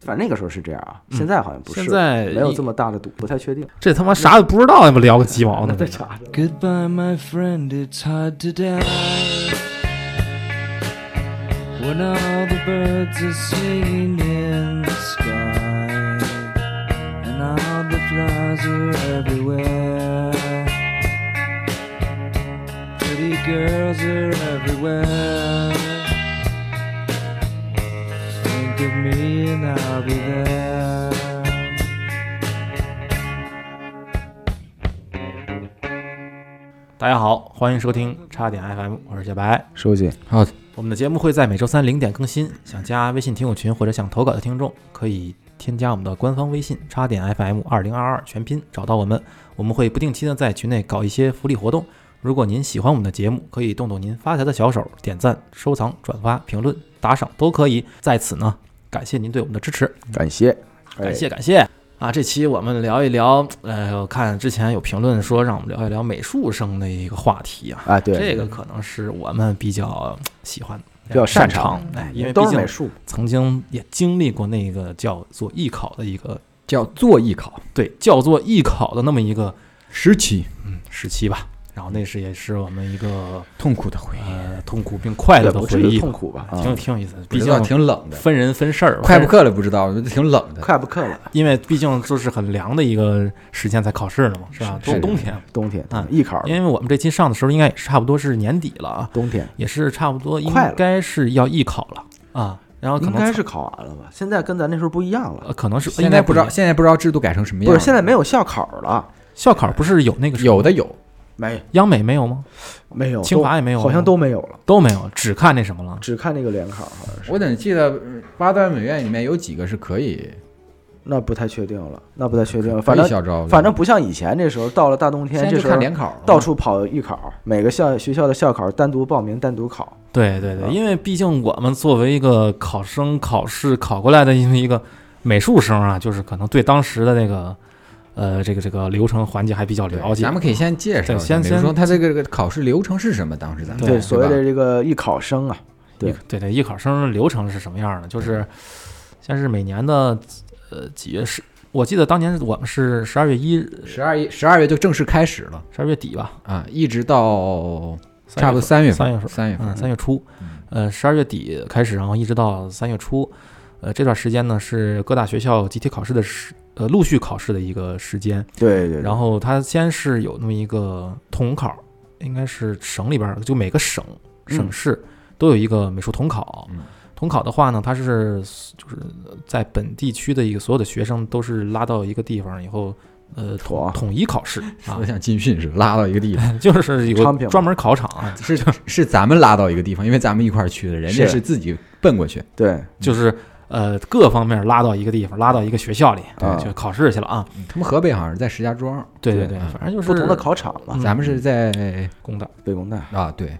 反正那个时候是这样啊，现在好像不是，嗯现在没有这么大的赌，不太确定。这他妈啥也不知道，也不聊个鸡毛那 呢？再查查。 Goodbye, my friend, it's hard to die. When all the birds are singing in the sky, and all the flowers are everywhere, pretty girls are everywhere. Think of me and I'll be there. 大家好，欢迎收听差点 FM，我是小白。书记，好，我们的节目会在每周三零点更新。想加微信听友群或者想投稿的听众，可以添加我们的官方微信“差点 FM 二零二二”全拼，找到我们。我们会不定期的在群内搞一些福利活动。如果您喜欢我们的节目，可以动动您发财的小手，点赞、收藏、转发、评论、打赏都可以。在此呢，感谢您对我们的支持，感谢，感谢感谢啊！这期我们聊一聊，呃，我看之前有评论说让我们聊一聊美术生的一个话题啊，哎。啊，对，这个可能是我们比较喜欢的、比较擅擅长嗯哎，因为毕都是竟美术，曾经也经历过那个叫做艺考的一个，叫做艺考对，叫做艺考的那么一个时期，嗯时期吧。然后那是也是我们一个痛苦的回忆，呃痛苦并快乐哎对的不至回于忆，痛苦吧？挺有挺有意思的。不毕知竟道挺冷的，分人分事儿，快不课了不知道，我觉得挺冷的。快不克了，因为毕竟就是很凉的一个时间才考试呢嘛，是吧？是都是冬天，冬天嗯艺考，因为我们这期上的时候应该也是差不多是年底了啊，冬天也是差不多应快了该是要艺考了啊，然后可应能该是考完了吧？现在跟咱那时候不一样了呃，可能是现应在该不知道，现在不知道制度改成什么样不了。是现在没有校考了，校考不是有那个什么有的有，没央美没有吗？没有，清华也没有都吗，好像都没有了，都没有，只看那什么了。只看那个联考好像是，我怎么记得嗯八段美院里面有几个是可以那不太确定了，那不太确定了，可呃反以正校招的，反正不像以前这时候，到了大冬现天，在这就时看候联考了，到处跑艺考，每个校学校的校考单独报名、单独考。对对啊对，因为毕竟我们作为一个考生，考试考过来的一个一个美术生啊，就是可能对当时的那个呃这个这个流程环节还比较对了解。咱们可以先介绍一对下，先比如先说他这个考试流程是什么？当时咱们对对吧所谓的这个艺考生啊，对艺对对，艺考生的流程是什么样的？就是先是每年的呃几月十，我记得当年我们是十二月一，十二月十二月就正式开始了十二月底吧，啊，一直到三差不多三月份，三月份三月嗯，份，三月初嗯，呃，十二月底开始，然后一直到三月初，呃，这段时间呢是各大学校集体考试的时，呃，陆续考试的一个时间。对对然后它先是有那么一个统考，应该是省里边儿，就每个省嗯省市都有一个美术统考嗯。统考的话呢，它是就是在本地区的一个所有的学生都是拉到一个地方以后，呃，统妥统一考试 啊思，想军训是拉到一个地方，就是有昌个平专门考场啊，是 是咱们拉到一个地方，因为咱们一块儿去的，人家是是自己奔过去。对，就是呃各方面拉到一个地方，拉到一个学校里，啊就考试去了啊。嗯他们河北好像是在石家庄，对对对，对嗯反正就是不同的考场嘛，嗯咱们是在工大。北工大啊，对，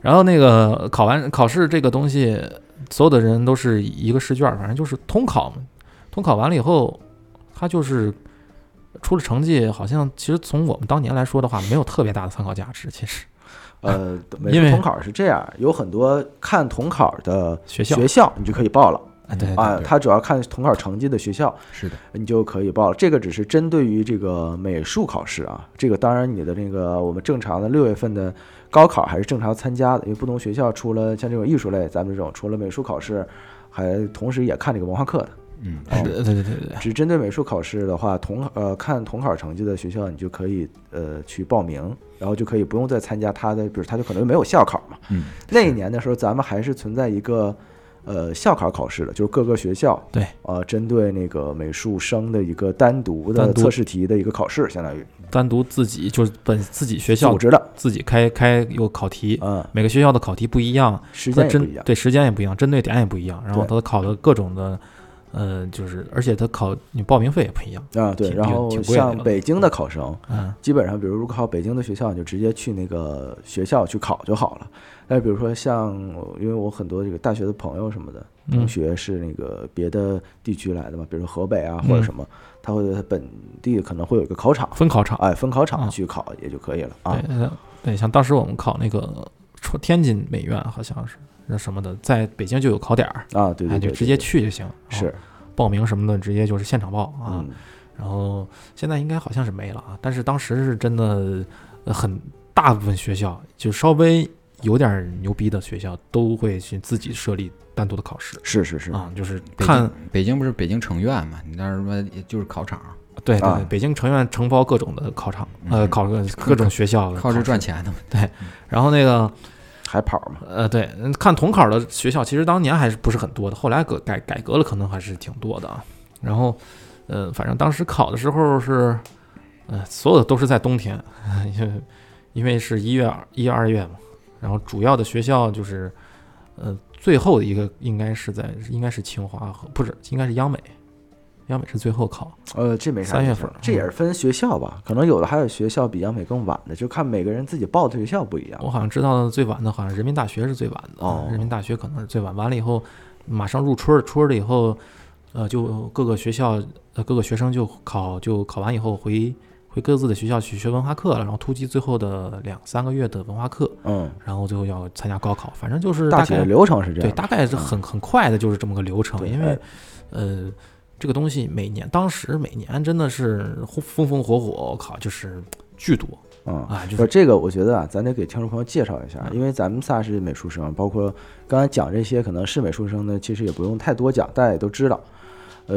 然后那个考完考试这个东西，所有的人都是一个试卷，反正就是统考嘛。统考完了以后，他就是出了成绩，好像其实从我们当年来说的话，没有特别大的参考价值。其实呃，美因术为统考是这样，有很多看统考的学校学校，你就可以报了啊，对对对啊。他主要看统考成绩的学校，是的，你就可以报了。这个只是针对于这个美术考试啊，这个当然你的那个我们正常的六月份的高考还是正常参加的，因为不同学校除了像这种艺术类，咱们这种除了美术考试，还同时也看这个文化课的。嗯，哦对对对对对， 只针对美术考试的话，统呃看统考成绩的学校，你就可以呃去报名，然后就可以不用再参加他的，比如他就可能没有校考嘛。嗯，那一年的时候，咱们还是存在一个呃校考考试的，就是各个学校对呃针对那个美术生的一个单独的单独测试题的一个考试，相当于单独自己就是本自己学校组织的，自己开开有考题，嗯，每个学校的考题不一样，时它间也不针一样，对时间也不一样，针对点也不一样，然后对它考的各种的，呃，就是而且它考你报名费也不一样，啊对。挺然挺后挺贵的像了北京的考生，嗯，基本上，比如如果考北京的学校，你就直接去那个学校去考就好了。但是比如说像，呃因为我很多这个大学的朋友什么的，嗯同学是那个别的地区来的嘛，比如说河北啊嗯或者什么，他会在本地可能会有一个考场，分考场，哎，分考场啊去考也就可以了啊对。呃对，像当时我们考那个川天津美院好像是那什么的，在北京就有考点儿，啊，对哎，对就对，直接对去就行，啊是，报名什么的，直接就是现场报啊。嗯，然后现在应该好像是没了啊，但是当时是真的呃很大部分学校，就稍微有点牛逼的学校都会去自己设立单独的考试是是是，啊，就是北京看北京不是北京城院嘛？你那儿什么也就是考场，对对啊对，北京城院承包各种的考场，呃，嗯考各各种学校的靠这试赚。钱的嘛。然后那个还跑嘛？呃，对，嗯看统考的学校，其实当年还是不是很多的，后来改改改革了，可能还是挺多的啊。然后，呃，反正当时考的时候是，呃，所有的都是在冬天， 因为因为是一月一二月嘛。然后主要的学校就是，呃，最后的一个应该是在应该是清华和不是应该是央美，央美是最后考。呃，这没啥三印月象份儿这也是分学校吧？可能有的还有学校比央美更晚的，就看每个人自己报的学校不一样。我好像知道的最晚的，好像人民大学是最晚的。哦人民大学可能是最晚。完了以后，马上入春儿，春儿了以后，呃，就各个学校呃各个学生就考就考完以后回回各自的学校去学文化课了，然后突击最后的两三个月的文化课，嗯，然后最后要参加高考。反正就是大概体的流程是这对，样的。大概是很很快的，就是这么个流程。对哎因为，呃，这个东西每年当时每年真的是轰风风火火，我靠，就是巨多嗯，啊，就不，是这个我觉得啊，咱得给听众朋友介绍一下，嗯因为咱们仨是美术生，包括刚才讲这些，可能是美术生呢，其实也不用太多讲，大家也都知道。呃，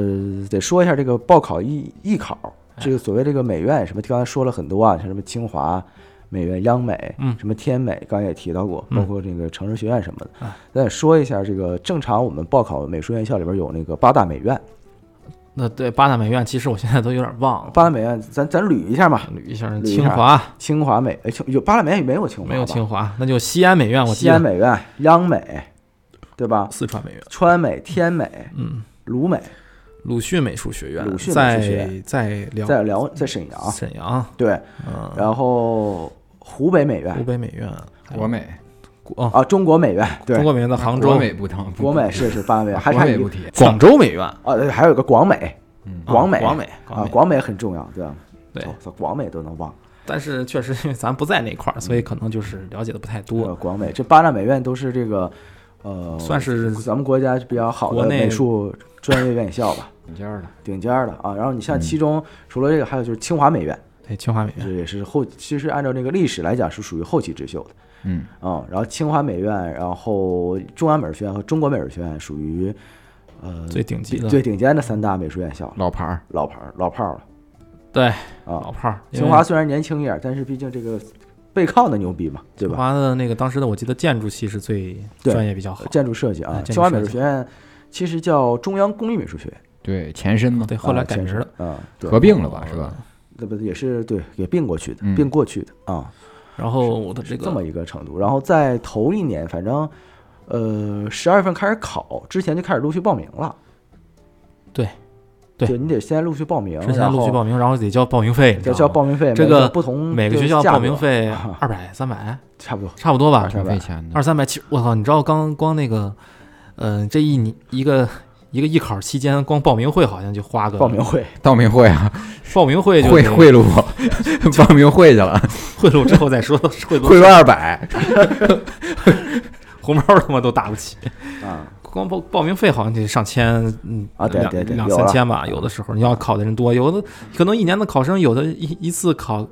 得说一下这个报考艺艺考，哎这个所谓这个美院什么，刚才说了很多啊，像什么清华美院、央美，嗯什么天美，刚才也提到过，嗯包括这个城市学院什么的。啊咱也说一下这个正常我们报考美术院校里边有那个八大美院，那对八大美院，其实我现在都有点忘了。八大美院咱咱捋一下嘛，捋一下捋一下清华清华美，哎，清有八大美院没有清华吧？没有清华，那就西安美院，我记西得安美院、央美，对吧？四川美院，川美、天美、嗯，鲁美，鲁迅美术学院，鲁迅美术学在院在辽在啊辽在沈阳，沈阳，对，嗯，然后湖北美湖院北美院，国美，国哦啊，中国美院，中对，国美院啊在杭州国，美不疼，不国美是是八大美院，还国差美一不个提。广州美院，啊，对，还有一个广美嗯，广美美，广美，啊，美广美很重要，对吧？对我操，广美都能忘，但是确实因为咱不在那嗯块儿，所以可能就是了解的不太呃多。广美这八大美院都是这个，呃，算是咱们国家比较好国的内美术专业院校吧，你这儿了，顶尖儿的啊。然后你嗯像其中除了这个，还有就是清华美院，对，清华美就院，是也是后，其实按照那个历史来讲是属于后起之秀的。嗯，嗯，然后清华美院，然后中央美术学院和中国美术学院属于呃最顶级的，最顶尖的三大美术院校了，老牌儿，老牌儿老炮儿了对，老啊。炮儿，因为清华虽然年轻一点，但是毕竟这个背靠的牛逼嘛，对清吧？华的那个当时的我记得建筑系是最对专业比较好，建筑设计啊，哎建筑清华美术设计学院其实叫中央工艺美术学院，对，前身嘛，对，后来啊改前名身了。啊，对合并了吧，是吧？那不也是对，也并过去的，嗯并过去的啊。然后我的这是个这么一个程度。然后在头一年，反正呃十二月份开始考之前就开始陆续报名了。对，对就你得先陆续报名，之前陆续报名，名，然后得交报名费，你知要道交吗报名费，这每个个不同每个就学是校嗯价报格名费啊二百、三百，差不多。差不多吧二，挺费钱的二。三百起。我操，你知道刚光那个，嗯，这一年一个一个艺考期间，光报名会好像就花个报名会嗯报名会啊，报名会就 贿得贿赂我，报名会去了，贿赂之后再说，贿赂贿赂二百，红包他妈都打不起，啊，光报报名费好像得上千，嗯啊对两对对两有三了千吧，有的时候你要考的人多，有的可能一年的考生有的一一次考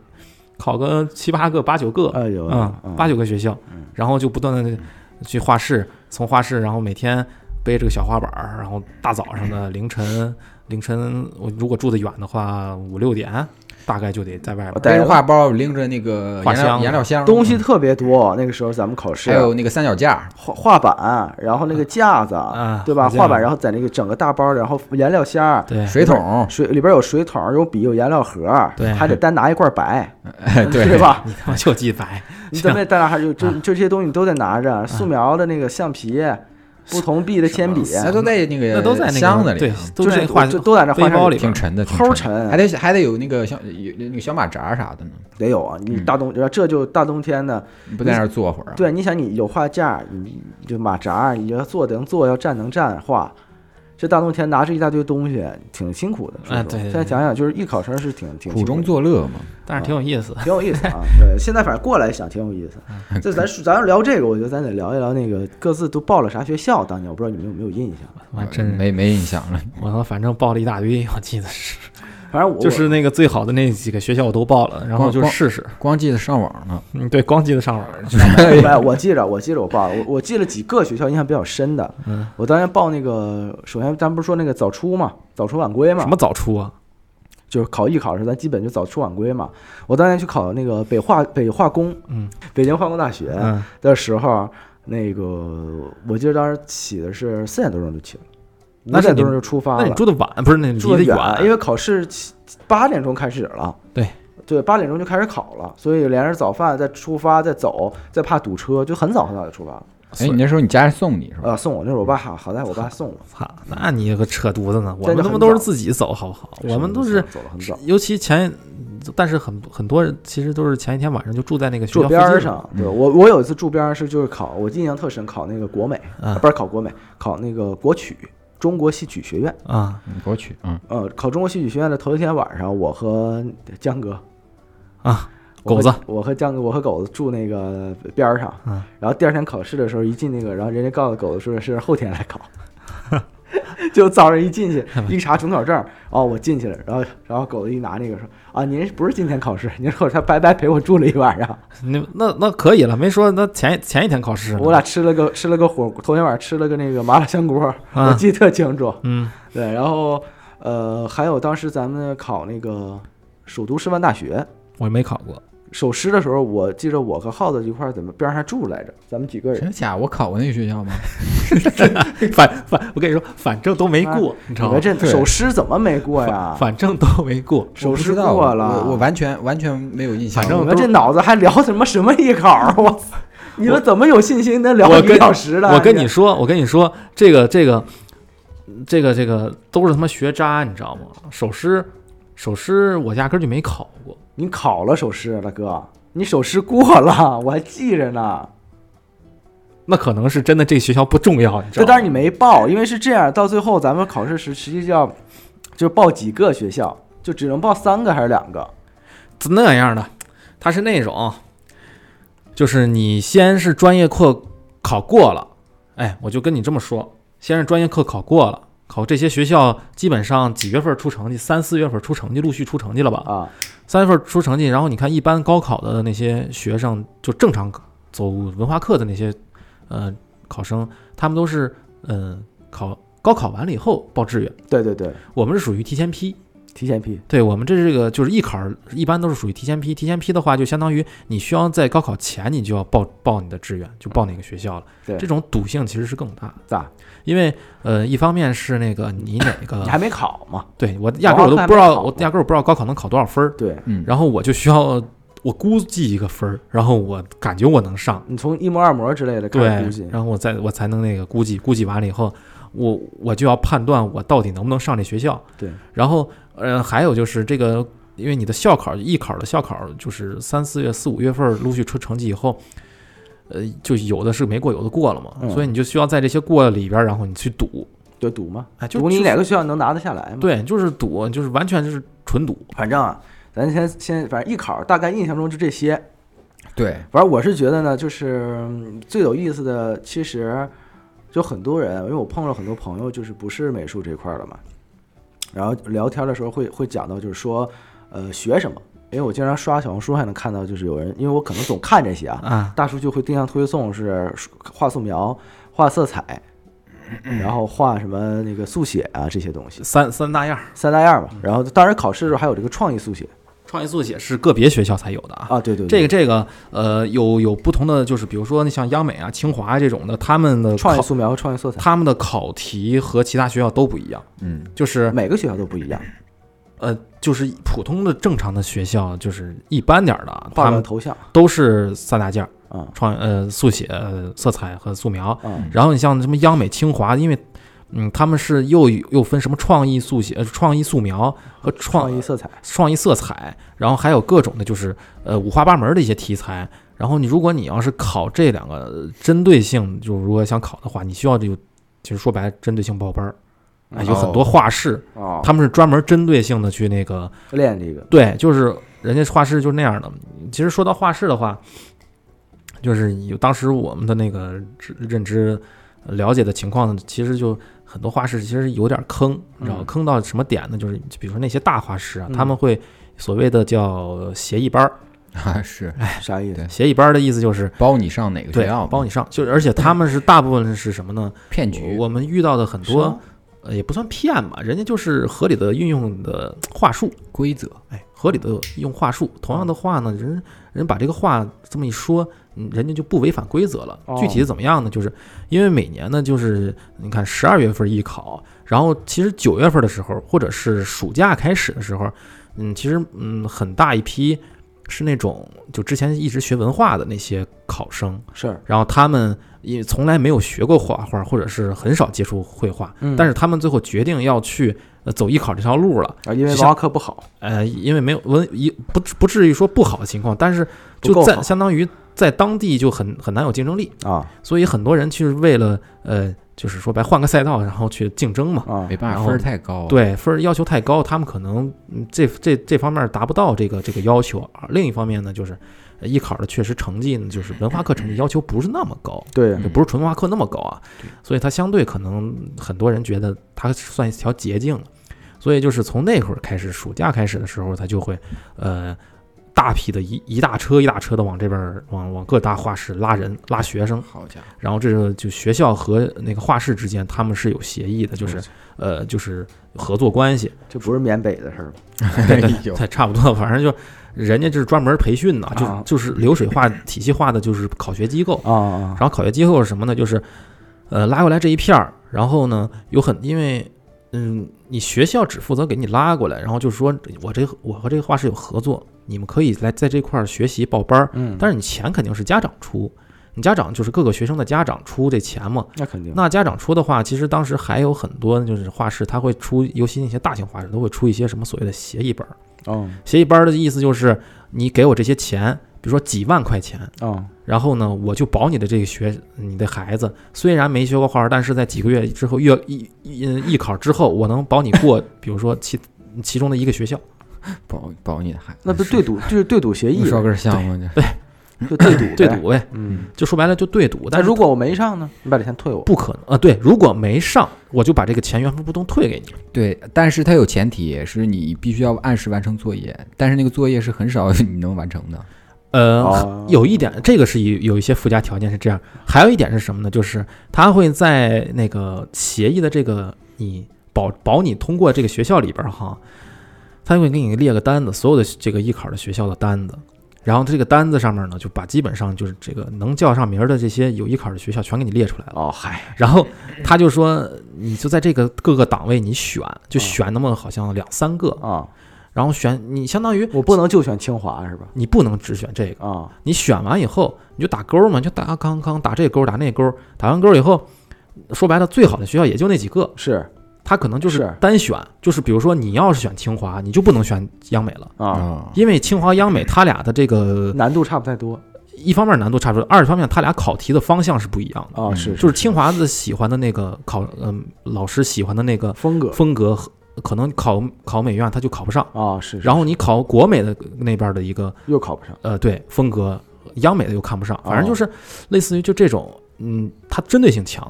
考个七八个、八九个，哎呦，嗯，八九九个学校，然后就不断嗯的去画室，从画室，然后每天背着个小画板儿，然后大早上的凌晨，凌晨我如果住得远的话，五六点大概就得在外边儿。对背着画包，拎着那个画颜料箱颜料箱，嗯东西特别多。那个时候咱们考试还有那个三脚架，画画板，然后那个架子，嗯啊对吧？架子画板，然后在那个整个大包，然后颜料箱儿，对水桶，水里边有水桶，有笔，有颜料盒儿，对还得单拿一罐白，对吧？你他妈 就记白，你怎么像啊也带上还有这这些东西你都得拿着，素描的那个橡皮，不同币的铅笔，那都在那呃个那都在那个箱子里对啊，，都就是在哎画就都在那画背上包里嗯边挺儿。沉的，挺齁沉沉的，还得还得有那个小有有那个小马扎啥的呢，得有啊！你大嗯冬这就大冬天的，你不在那儿坐会儿啊？对，你想你有画架，你就马扎，你要坐得能坐，要站能站，画。这大冬天拿着一大堆东西，挺辛苦的。说哎实话对对现在对想想，就是艺考生是挺挺苦辛中的作乐嘛。但啊是挺有意思。挺有意思 啊。对，现在反正过来想挺有意思。嗯这咱咱要聊这个，我觉得咱得聊一聊那个各自都报了啥学校。当年我不知道你们有没有印象，我还真是，呃没没印象了。我说反正报了一大堆，我记得是，反正我就是那个最好的那几个学校我都报了，然后就光试试。光记得上网了，嗯，对，光记得上网。没有，我记着，我记着我报了，我我记了几个学校印象比较深的。嗯，我当年报那个，首先咱们不是说那个早出嘛，早出晚归嘛，什么早出啊？就是考艺考的时候，咱基本就早出晚归嘛。我当年去考那个北化北化工，嗯，北京化工大学嗯，的时候，那个我记得当时起的是四点多钟就起了，那五是点多你钟就出发那你了，住的晚，不是？那你住离得得因为考试起八点钟开始了。对对，八点钟就开始考了，所以连着早饭再出发再走，再怕堵车，就很早很早就出发了。哎，你那时候你家人送你是吧？啊，送我那是我嗯爸好，好在我爸送我，操，那你可扯犊子呢！我真的们他妈很都是早自己走，好不好？我们都走是，走的很早，尤其前，但是很很多人其实都是前一天晚上就住在那个学住校边附儿近上。对我，我有一次住边儿是就是考，我印象特深，考那个国美，啊不是考国美，考那个国曲，中国戏曲学院。啊你给我取啊！呃，考中国戏曲学院的头一天晚上，我和江哥，啊！我和狗子，我和江哥，我和狗子住那个边儿上。啊然后第二天考试的时候，一进那个，然后人家告诉狗子说是后天来考。 就早上一进 去，一查准考证，哦，我进去了，然后然后狗子一拿那个说啊，您不是今天考试，您说他白白陪我住了一晚上，那那那可以了，没说那前前一天考试呢，我俩吃了个吃了个火，头天晚上吃了个那个麻辣香锅，啊我记得特清楚。嗯对，然后呃，还有当时咱们考那个首都师范大学我没考过， 首师的时候，我记着我和耗子一块儿怎么边上还住来着，咱们几个人。真假？我考过那个学校吗？反反我跟你说，反正都没过，你你知道们吗？这对首师怎么没过呀反？反正都没过， 首我不师知道过了，我我完全完全没有印象。反正你们都这脑子还聊什么什么艺考啊？ 我，你们怎么有信心能聊我一个跟小时的？我跟你说，我跟你说，这个这个这个这个都是他妈学渣，你知道吗？首师首师我压根儿就没考过，你考了首师，大哥，你首师过了，我还记着呢。那可能是真的这学校不重要，你知这道当吗？然你没报，因为是这样，到最后咱们考试时实际要就是报几个学校，就只能报三个还是两个。那样的，他是那种，就是你先是专业课考过了，哎，我就跟你这么说，先是专业课考过了。考这些学校基本上几月份出成绩？三四月份出成绩，陆续出成绩了吧？啊，三月份出成绩，然后你看一般高考的那些学生，就正常走文化课的那些呃考生，他们都是嗯、呃考高考完了以后报志愿，对对对，我们是属于提前批。提前批，对我们这这个就是艺考，一般都是属于提前批。提前批的话，就相当于你需要在高考前你就要报报你的志愿，就报哪个学校了。对这种赌性其实是更大的，咋？因为呃，一方面是那个你哪个你，还没考嘛？对我压根儿我都还没不知道，考我呢压根儿我不知道高考能考多少分儿。对嗯，然后我就需要我估计一个分儿，然后我感觉我能上，你从一模二模之类的开对始估计，，然后我再我才能那个估计，估计完了以后，我我就要判断我到底能不能上这学校。对，然后呃，还有就是这个，因为你的校考、艺考的校考就是三四月、四五月份儿陆续出成绩以后。呃，就有的是没过，有的过了嘛，嗯所以你就需要在这些过的里边儿，然后你去赌，就赌嘛，哎，就啊赌你就哪个学校能拿得下来嘛？，对，就是赌，就是完全就是纯赌，反正啊，咱先先反正艺考大概印象中就这些。对，反正我是觉得呢，就是嗯最有意思的，其实就很多人，因为我碰了很多朋友，就是不是美术这块儿的嘛，然后聊天的时候会会讲到，就是说，呃，学什么？因为我经常刷小红书，还能看到就是有人，因为我可能总看这些啊，啊大数据会定向推送是画素描、画色彩，然后画什么那个速写啊这些东西，三三大样儿，三大样儿嘛。然后当然考试的时候还有这个创意速写创意速写是个别学校才有的啊，啊，对对这对，个这个呃，有有不同的，就是比如说那像央美啊、清华这种的，他们的创意考素描和创意色彩，他们的考题和其他学校都不一样，嗯，就是每个学校都不一样，嗯呃，就是普通的正常的学校，就是一般点儿的啊，画他个们头像都是三大件儿：啊创呃速写、呃色彩和素描。啊。然后你像什么央美、清华，因为嗯，他们是又又分什么创意速写、呃创意素描和创创意色彩，创意色彩，然后还有各种的，就是呃五花八门的一些题材。然后你如果你要是考这两个呃针对性，就是如果想考的话，你需要有，其实说白了针对性报班儿，哎有很多画室，啊，他们是专门针对性的去那个，练这个对，就是人家画室就是那样的。其实说到画室的话，就是有当时我们的那个知认知呃了解的情况，其实就很多画室其实有点坑，你知道嗯坑到什么点呢？就是就比如说那些大画室啊，嗯他们会所谓的叫协议班儿，啊， 是啥意思？协议班儿的意思就是。包你上哪个学对校嘛，，帮你上，就是而且他们是大部分是什么呢？骗局我我们遇到的很是多吗，呃，也不算骗吧，人家就是合理的运用你的话术，规则，哎，合理的用话术。同样的话呢，人人把这个话这么一说，嗯人家就不违反规则了哦。具体的怎么样呢？就是因为每年呢，就是你看十二月份艺考，然后其实九月份的时候，或者是暑假开始的时候，嗯，其实嗯，很大一批是那种就之前一直学文化的那些考生，是，然后他们也从来没有学过画画，或者是很少接触绘画，嗯但是他们最后决定要去呃走艺考这条路了。啊，因为文像化课不好，呃，因为没有文一不不至于说不好的情况，但是不就够在好相当于在当地就很很难有竞争力，啊所以很多人去为了呃，就是说白换个赛道，然后去竞争嘛。啊没办然法，后分儿太高，，对分儿要求太高，他们可能嗯这这这方面达不到这个这个要求。而另一方面呢，就是呃艺考的确实成绩呢，就是文化课成绩要求不是那么高，对嗯就不是纯文化课那么高啊，所以它相对可能很多人觉得它算一条捷径了，所以就是从那会儿开始，暑假开始的时候，它就会呃大批的一一大车一大车的往这边儿往往各大画室拉人拉学生，好家伙，然后这个就学校和那个画室之间他们是有协议的，就是呃就是合作关系，这不是缅北的事儿吧 哎呦，才差不多，反正就人家就是专门培训的，啊就就是流水化体系化的就是考学机构。啊啊然后考学机构是什么呢？就是，呃，拉过来这一片儿，然后呢，有很因为，嗯，你学校只负责给你拉过来，然后就是说我这我和这个画室有合作，你们可以来在这块儿学习报班儿，嗯，但是你钱肯定是家长出，你家长就是各个学生的家长出这钱嘛。那肯定那家长出的话，其实当时还有很多就是画室，他会出，尤其那些大型画室都会出一些什么所谓的协议班儿。哦协议班儿的意思就是你给我这些钱，比如说几万块钱，哦然后呢，我就保你的这个学，你的孩子虽然没学过画画，但是在几个月之后，月艺艺艺考之后，我能保你 过，比如说其其中的一个学校。保保你的孩子，那不对赌就是对赌协你议，说个项目去，就对赌对呗赌呗，嗯，就说白了就对赌。那但如如果我没上呢？你把这钱退我。不可能啊，对，如果没上，我就把这个钱原封不动退给你。对，但是它有前提是你必须要按时完成作业，但是那个作业是很少 你能完成的，呃，哦有一点，这个是有有一些附加条件是这样，还有一点是什么呢？就是他会在那个协议的这个你保保你通过这个学校里边儿哈，他会给你列个单子，所有的这个艺考的学校的单子，然后这个单子上面呢，就把基本上就是这个能叫上名儿的这些有艺考的学校全给你列出来了。哦，嗨，然后他就说，你就在这个各个档位你选，就选那么好像两三个，啊，然后选你相当于我不能就选清华是吧？你不能只选这个。啊，你选完以后，你就打勾嘛，你就打康康打这勾打那勾，打完勾以后，说白了，最好的学校也就那几个，是他可能就是是单选，就是比如说你要是选清华，你就不能选央美了，啊， 啊，因为清华央美它俩的这个难度差不太多一方面难度差不多，二方面它俩考题的方向是不一样的，啊，嗯是就是清华的喜欢的那个考，嗯、老师喜欢的那个风格风格和，可能考考美院他就考不上，啊，是，然后你考国美的那边的一个又考不上呃，对，风格央美的又看不上，反正哦就是类似于就这种，嗯，它针对性强，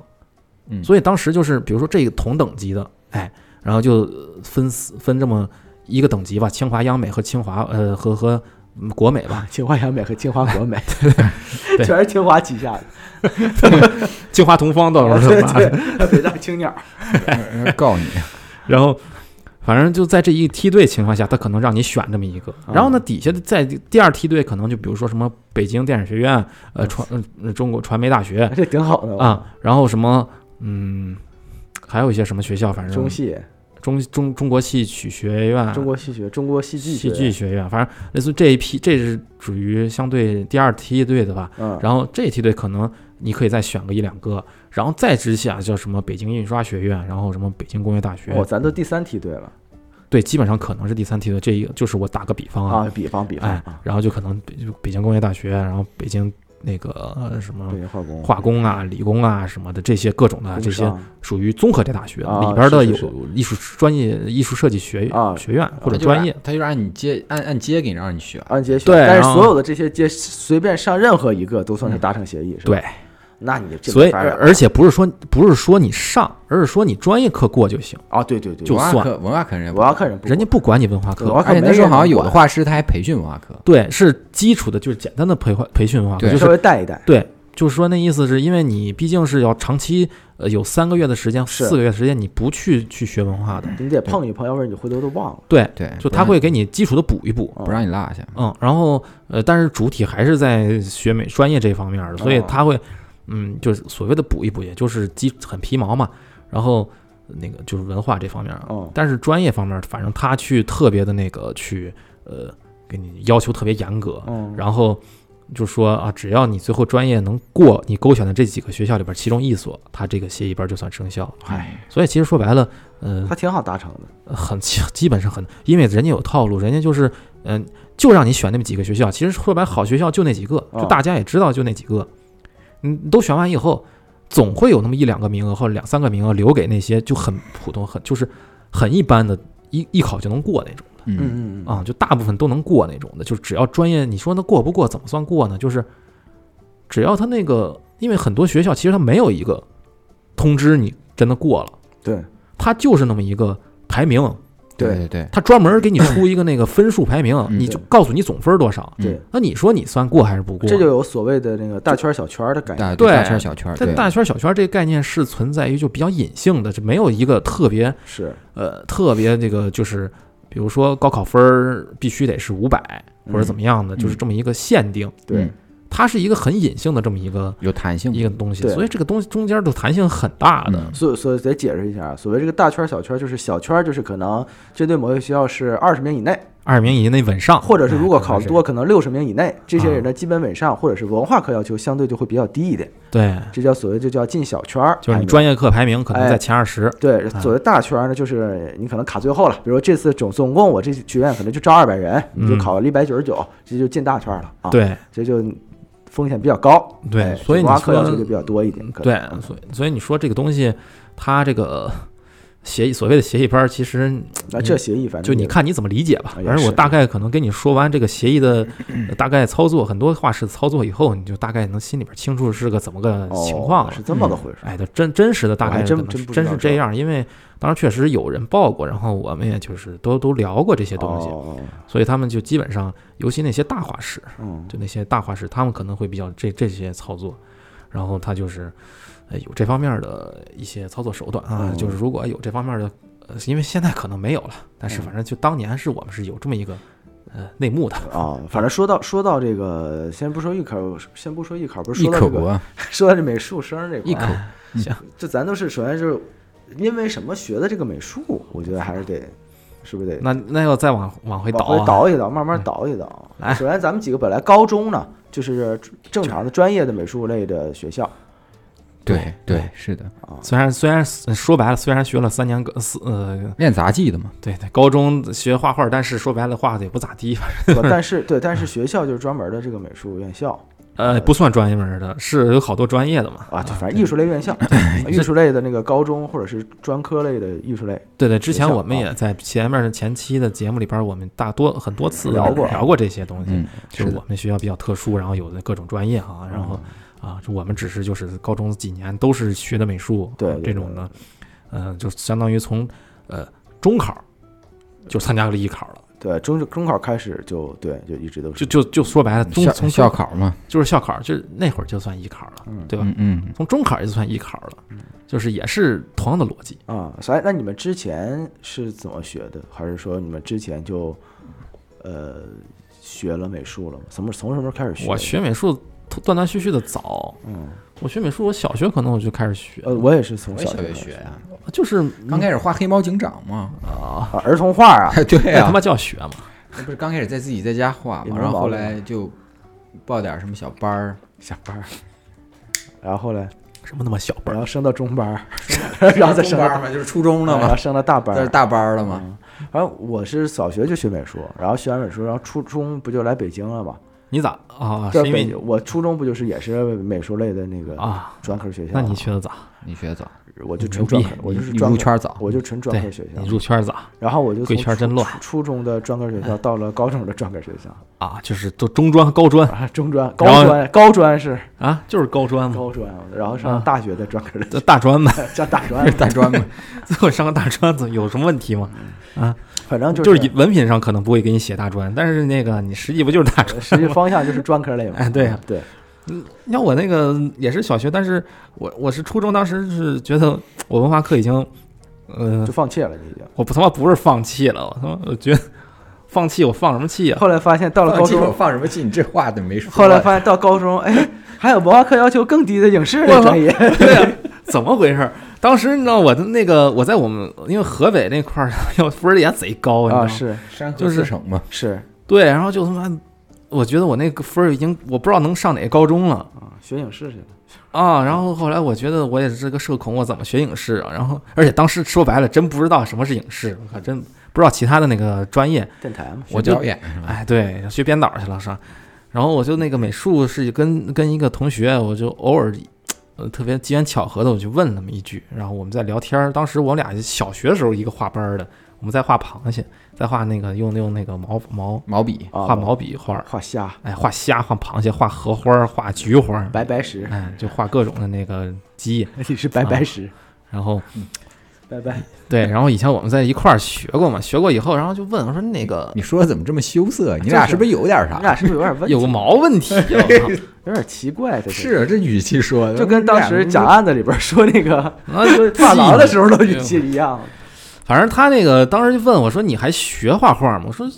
嗯所以当时就是比如说这个同等级的，哎，然后就呃分四分这么一个等级吧，清华央美和清华呃和和嗯国美吧， 啊，清华央美和清华 国美对全是清华旗下的，清华同方到时 候对是吧？对，还有北大青鸟，以呃告你， 然后反正就在这一梯队情况下，他可能让你选这么一个，哦然后呢，底下的在第二梯队可能就比如说什么北京电影学院，呃传呃中国传媒大学， 这挺好的，啊，然后什么，嗯，还有一些什么学校，反正中戏、中中中国戏曲学院、啊中国戏学、中国戏剧戏学剧，学院，反正类似于这一批，这是属于相对第二梯队的吧。嗯，然后这一梯队可能你可以再选个一两个，然后再之下叫什么北京印刷学院，然后什么北京工业大学，哦，咱都第三梯队了对，基本上可能是第三梯队。这一个就是我打个比方啊，比方比方哎啊，然后就可能北北京工业大学，然后北京那个呃什么对化工化工啊、理工啊什么的这些各种的工这些商属于综合类大学，啊里边的是有是艺术专业、艺术设计学啊学院或者他就是专按业。，他就是按你接按按接给你让你学。按揭学，对但然是后嗯所有的这些接随便上任何一个都算是达成协议，是吧？对，那你这所以没法儿而而且不是说不是说你上，而是说你专业课过就行，啊，对对对，就文化算课文化课人也不我要看人不人家哎不管你文化对文课化。而且没那时候人好像有管的画师他还培训文化课，对，是基础的，就是简单的培化培训文化课，对就是稍微带一带，对，就是说那意思是因为你毕竟是要长期呃有三个月的时间、是四个月的时间，你不去去学文化的，你得碰一碰，要不然你回头都忘了。对，对，就他会给你基础的补一补。不让你落下。嗯，然后呃，但是主体还是在学美专业这方面的，所以哦他会，嗯，就是所谓的补一补，也就是基很皮毛嘛。然后那个就是文化这方面啊，哦但是专业方面，反正他去特别的那个去呃，给你要求特别严格，嗯，然后就说啊，只要你最后专业能过你勾选的这几个学校里边其中一所，他这个协议边就算生效了。哎，所以其实说白了，嗯、他挺好达成的，很基 基本上很，因为人家有套路，人家就是嗯、就让你选那么几个学校。其实说白，好学校就那几个，哦就大家也知道就那几个。嗯，都选完以后，总会有那么一两个名额或者两三个名额留给那些就很普通、很就是很一般的，一一考就能过那种嗯，嗯啊，就大部分都能过那种的。就只要专业，你说那过不过，怎么算过呢？就是只要他那个，因为很多学校其实他没有一个通知你真的过了，对他就是那么一个排名。对对对，他专门给你出一个那个分数排名，嗯你就告诉你总分多少。嗯对，那你说你算过还是不过？这就有所谓的那个大圈儿小圈儿的感觉。大对大圈儿小圈儿，但对大圈小圈这个概念是存在于就比较隐性的，这没有一个特别是，呃特别这个就是，比如说高考分儿必须得是五百或者怎么样的，就是这么一个限定，对嗯它是一个很隐性的这么一个有弹性一个东西，对所以这个东西中间的弹性很大的嗯。所以所以得解释一下啊，所谓这个大圈儿小圈儿，就是小圈儿就是可能针对某些学校是二十名以内，二十名以内稳上，或者是如果哎考得多，可能六十名以内，啊这些人的基本本上或者是文化课要求相对就会比较低一点，对，这叫所谓就叫进小圈儿，就是排你名专业课排名可能哎在前二十，对，啊所谓大圈儿呢，就是你可能卡最后了。比如说这次总总共我这学院可能就招二百人，你就嗯考了一百九十九，这就进大圈儿了啊。，对这就风险比较高。对哎所以文你化课要说求就比较多一点。可对能，所以所以你说这个东西，它这个协议所谓的协议班儿，其实那这协议反正就你也，看你怎么理解吧。啊也反正我是大概可能跟你说完这个协 议的呃大概操作，很多话式操作以后，你就大概能心里边清楚是个怎么个哦情况了是。这么个回事。哎，就真真实的大我还概真可能真是不知真道是这这样，因为当时确实有人报过，然后我们也就是都都聊过这些东西，哦，所以他们就基本上，尤其那些大画师，嗯，就那些大画师，他们可能会比较这这些操作，然后他就是，呃，有这方面的一些操作手段啊，嗯就是如果有这方面的，呃，因为现在可能没有了，但是嗯反正就当年是我们是有这么一个，呃，内幕的，啊，反正说到说到这个，先不说艺考，先不说艺考，不是一说到口这个，国，说到这美术生这块一儿，口哎行，这咱都是首先是因为什么学的这个美术，我觉得还是得，是不是得那那要再往往回倒、往啊，回倒一倒，慢慢倒一倒。来首先咱们几个本来高中呢，就是正常的专业的美术类的学 校对对是的，虽然虽然说白了，虽然学了三年个四呃，练杂技的嘛，对对，高中学画画，但是说白了画的也不咋地，是吧，但是对，但是学校就是专门的这个美术院校嗯呃，不算专业门的，是有好多专业的嘛，啊，就反正艺术类院校，啊艺术类的那个高中或者是专科类的艺术类，对对，之前学校我们啊也在前面的前期的节目里边，我们大多很多次地聊过啊聊过这些东西，嗯，就是是的我，们学校比较特殊，然后有的各种专业哈、然后嗯啊，就我们只是就是高中几年都是学的美术，对啊对这种的，呃，就相当于从呃中考就参加了艺考了，对，中中考开始就对，就一直都就是就就说白了，中校从校中考嘛，就是校考，就是那会儿就算艺考了，嗯对吧？嗯嗯，从中考就算艺考了，就是也是同样的逻辑。啊。所以那你们之前是怎么学的？还是说你们之前就呃学了美术了吗？什么从什么时候开始学的？我学美术断断续续的早，嗯，我学美术，我小学可能我就开始学，啊呃，我也是从我也小小学学学呀，就是刚开始画黑猫警长嘛，啊，哎啊，儿童画啊，对那他呀，妈叫学嘛，那不是刚开始在自己在家画也嘛，没然后毛后病啊来就报点儿什么 小班儿，小班儿，然后嘞，什么他妈小辈然儿，后升到中班儿， 然后再中升班到儿嘛，就是初中了然后嘛，升到大班这是儿。大班儿了嘛，嗯，然后我是小学就学美术，然后学完美术，然后初中不就来北京了嘛？你咋啊？在是因为北你京，我初中不就是也是美术类的那个啊，专科学校那吗？你学的早，你学的早，我就纯牛逼专科，，我就是你专入科，圈早，我就纯专科学校你。入圈早然后我就贵从圈真初乱哎初初中的专科学校到了高中的专科学校，啊，就是都中专和高专啊，中专、然后高专、高专是啊，就是高专嘛，高专，然后上大学的专科这的大专嘛， 叫大专， 大专嘛，最后上个大专怎么有什么问题吗？反正就是是文凭上可能不会给你写大专，但是那个你实际不就是大专？ 实际方向就是专科类嘛。哎对啊对，你像我那个也是小学，但是我我是初中，当时是觉得我文化课已经，呃就，放弃了，你已经。我不他妈不是放弃了，我他妈我觉得放弃我放什么弃啊？ 后来发现到了放高弃我中，放什么气？你这话怎么没说？后来发现到高中， 哎，还有文化课要求更低的影视类专业，对呀、怎么回事儿？当时你知道我的那个我在我们因为河北那块儿 要分儿也贼高，你知道吗？啊，是山河就是四省嘛，是，对，然后就他妈，我觉得我那个分儿已经我不知道能上哪个高中了。啊，学影视去了，啊，然后后来我觉得我也是个社恐，我怎么学影视啊？然后，而且当时说白了，真不知道什么是影视，我靠，真不知道其他的那个专业。电台嘛，我学就表演是吧？哎，对，学编导去了是吧？然后我就那个美术是跟跟一个同学，我就偶尔，呃，特别机缘巧合的，我就问那么一句，然后我们在聊天儿。当时我俩小学时候一个画班儿的，我们在画螃蟹，在画那个用用那个毛毛毛笔，啊画毛笔画儿，画虾、哎，画虾、画螃蟹、画荷花儿、画菊花儿，白白 石，哎，就画各种的那个鸡，你是白啊白石，然后。拜拜。对，然后以前我们在一块儿学过嘛，学过以后，然后就问我说那个你说的怎么这么羞涩？啊你就是俩是不是有点你啥？俩是不是有点问题？啊有个毛问题、啊， 我操有点奇怪，这是啊这语气说的，就跟当时讲案子里边说那 个然后就 发廊的时候的语语气气一 样。反正他那个当时就问我说你还学画画吗？我说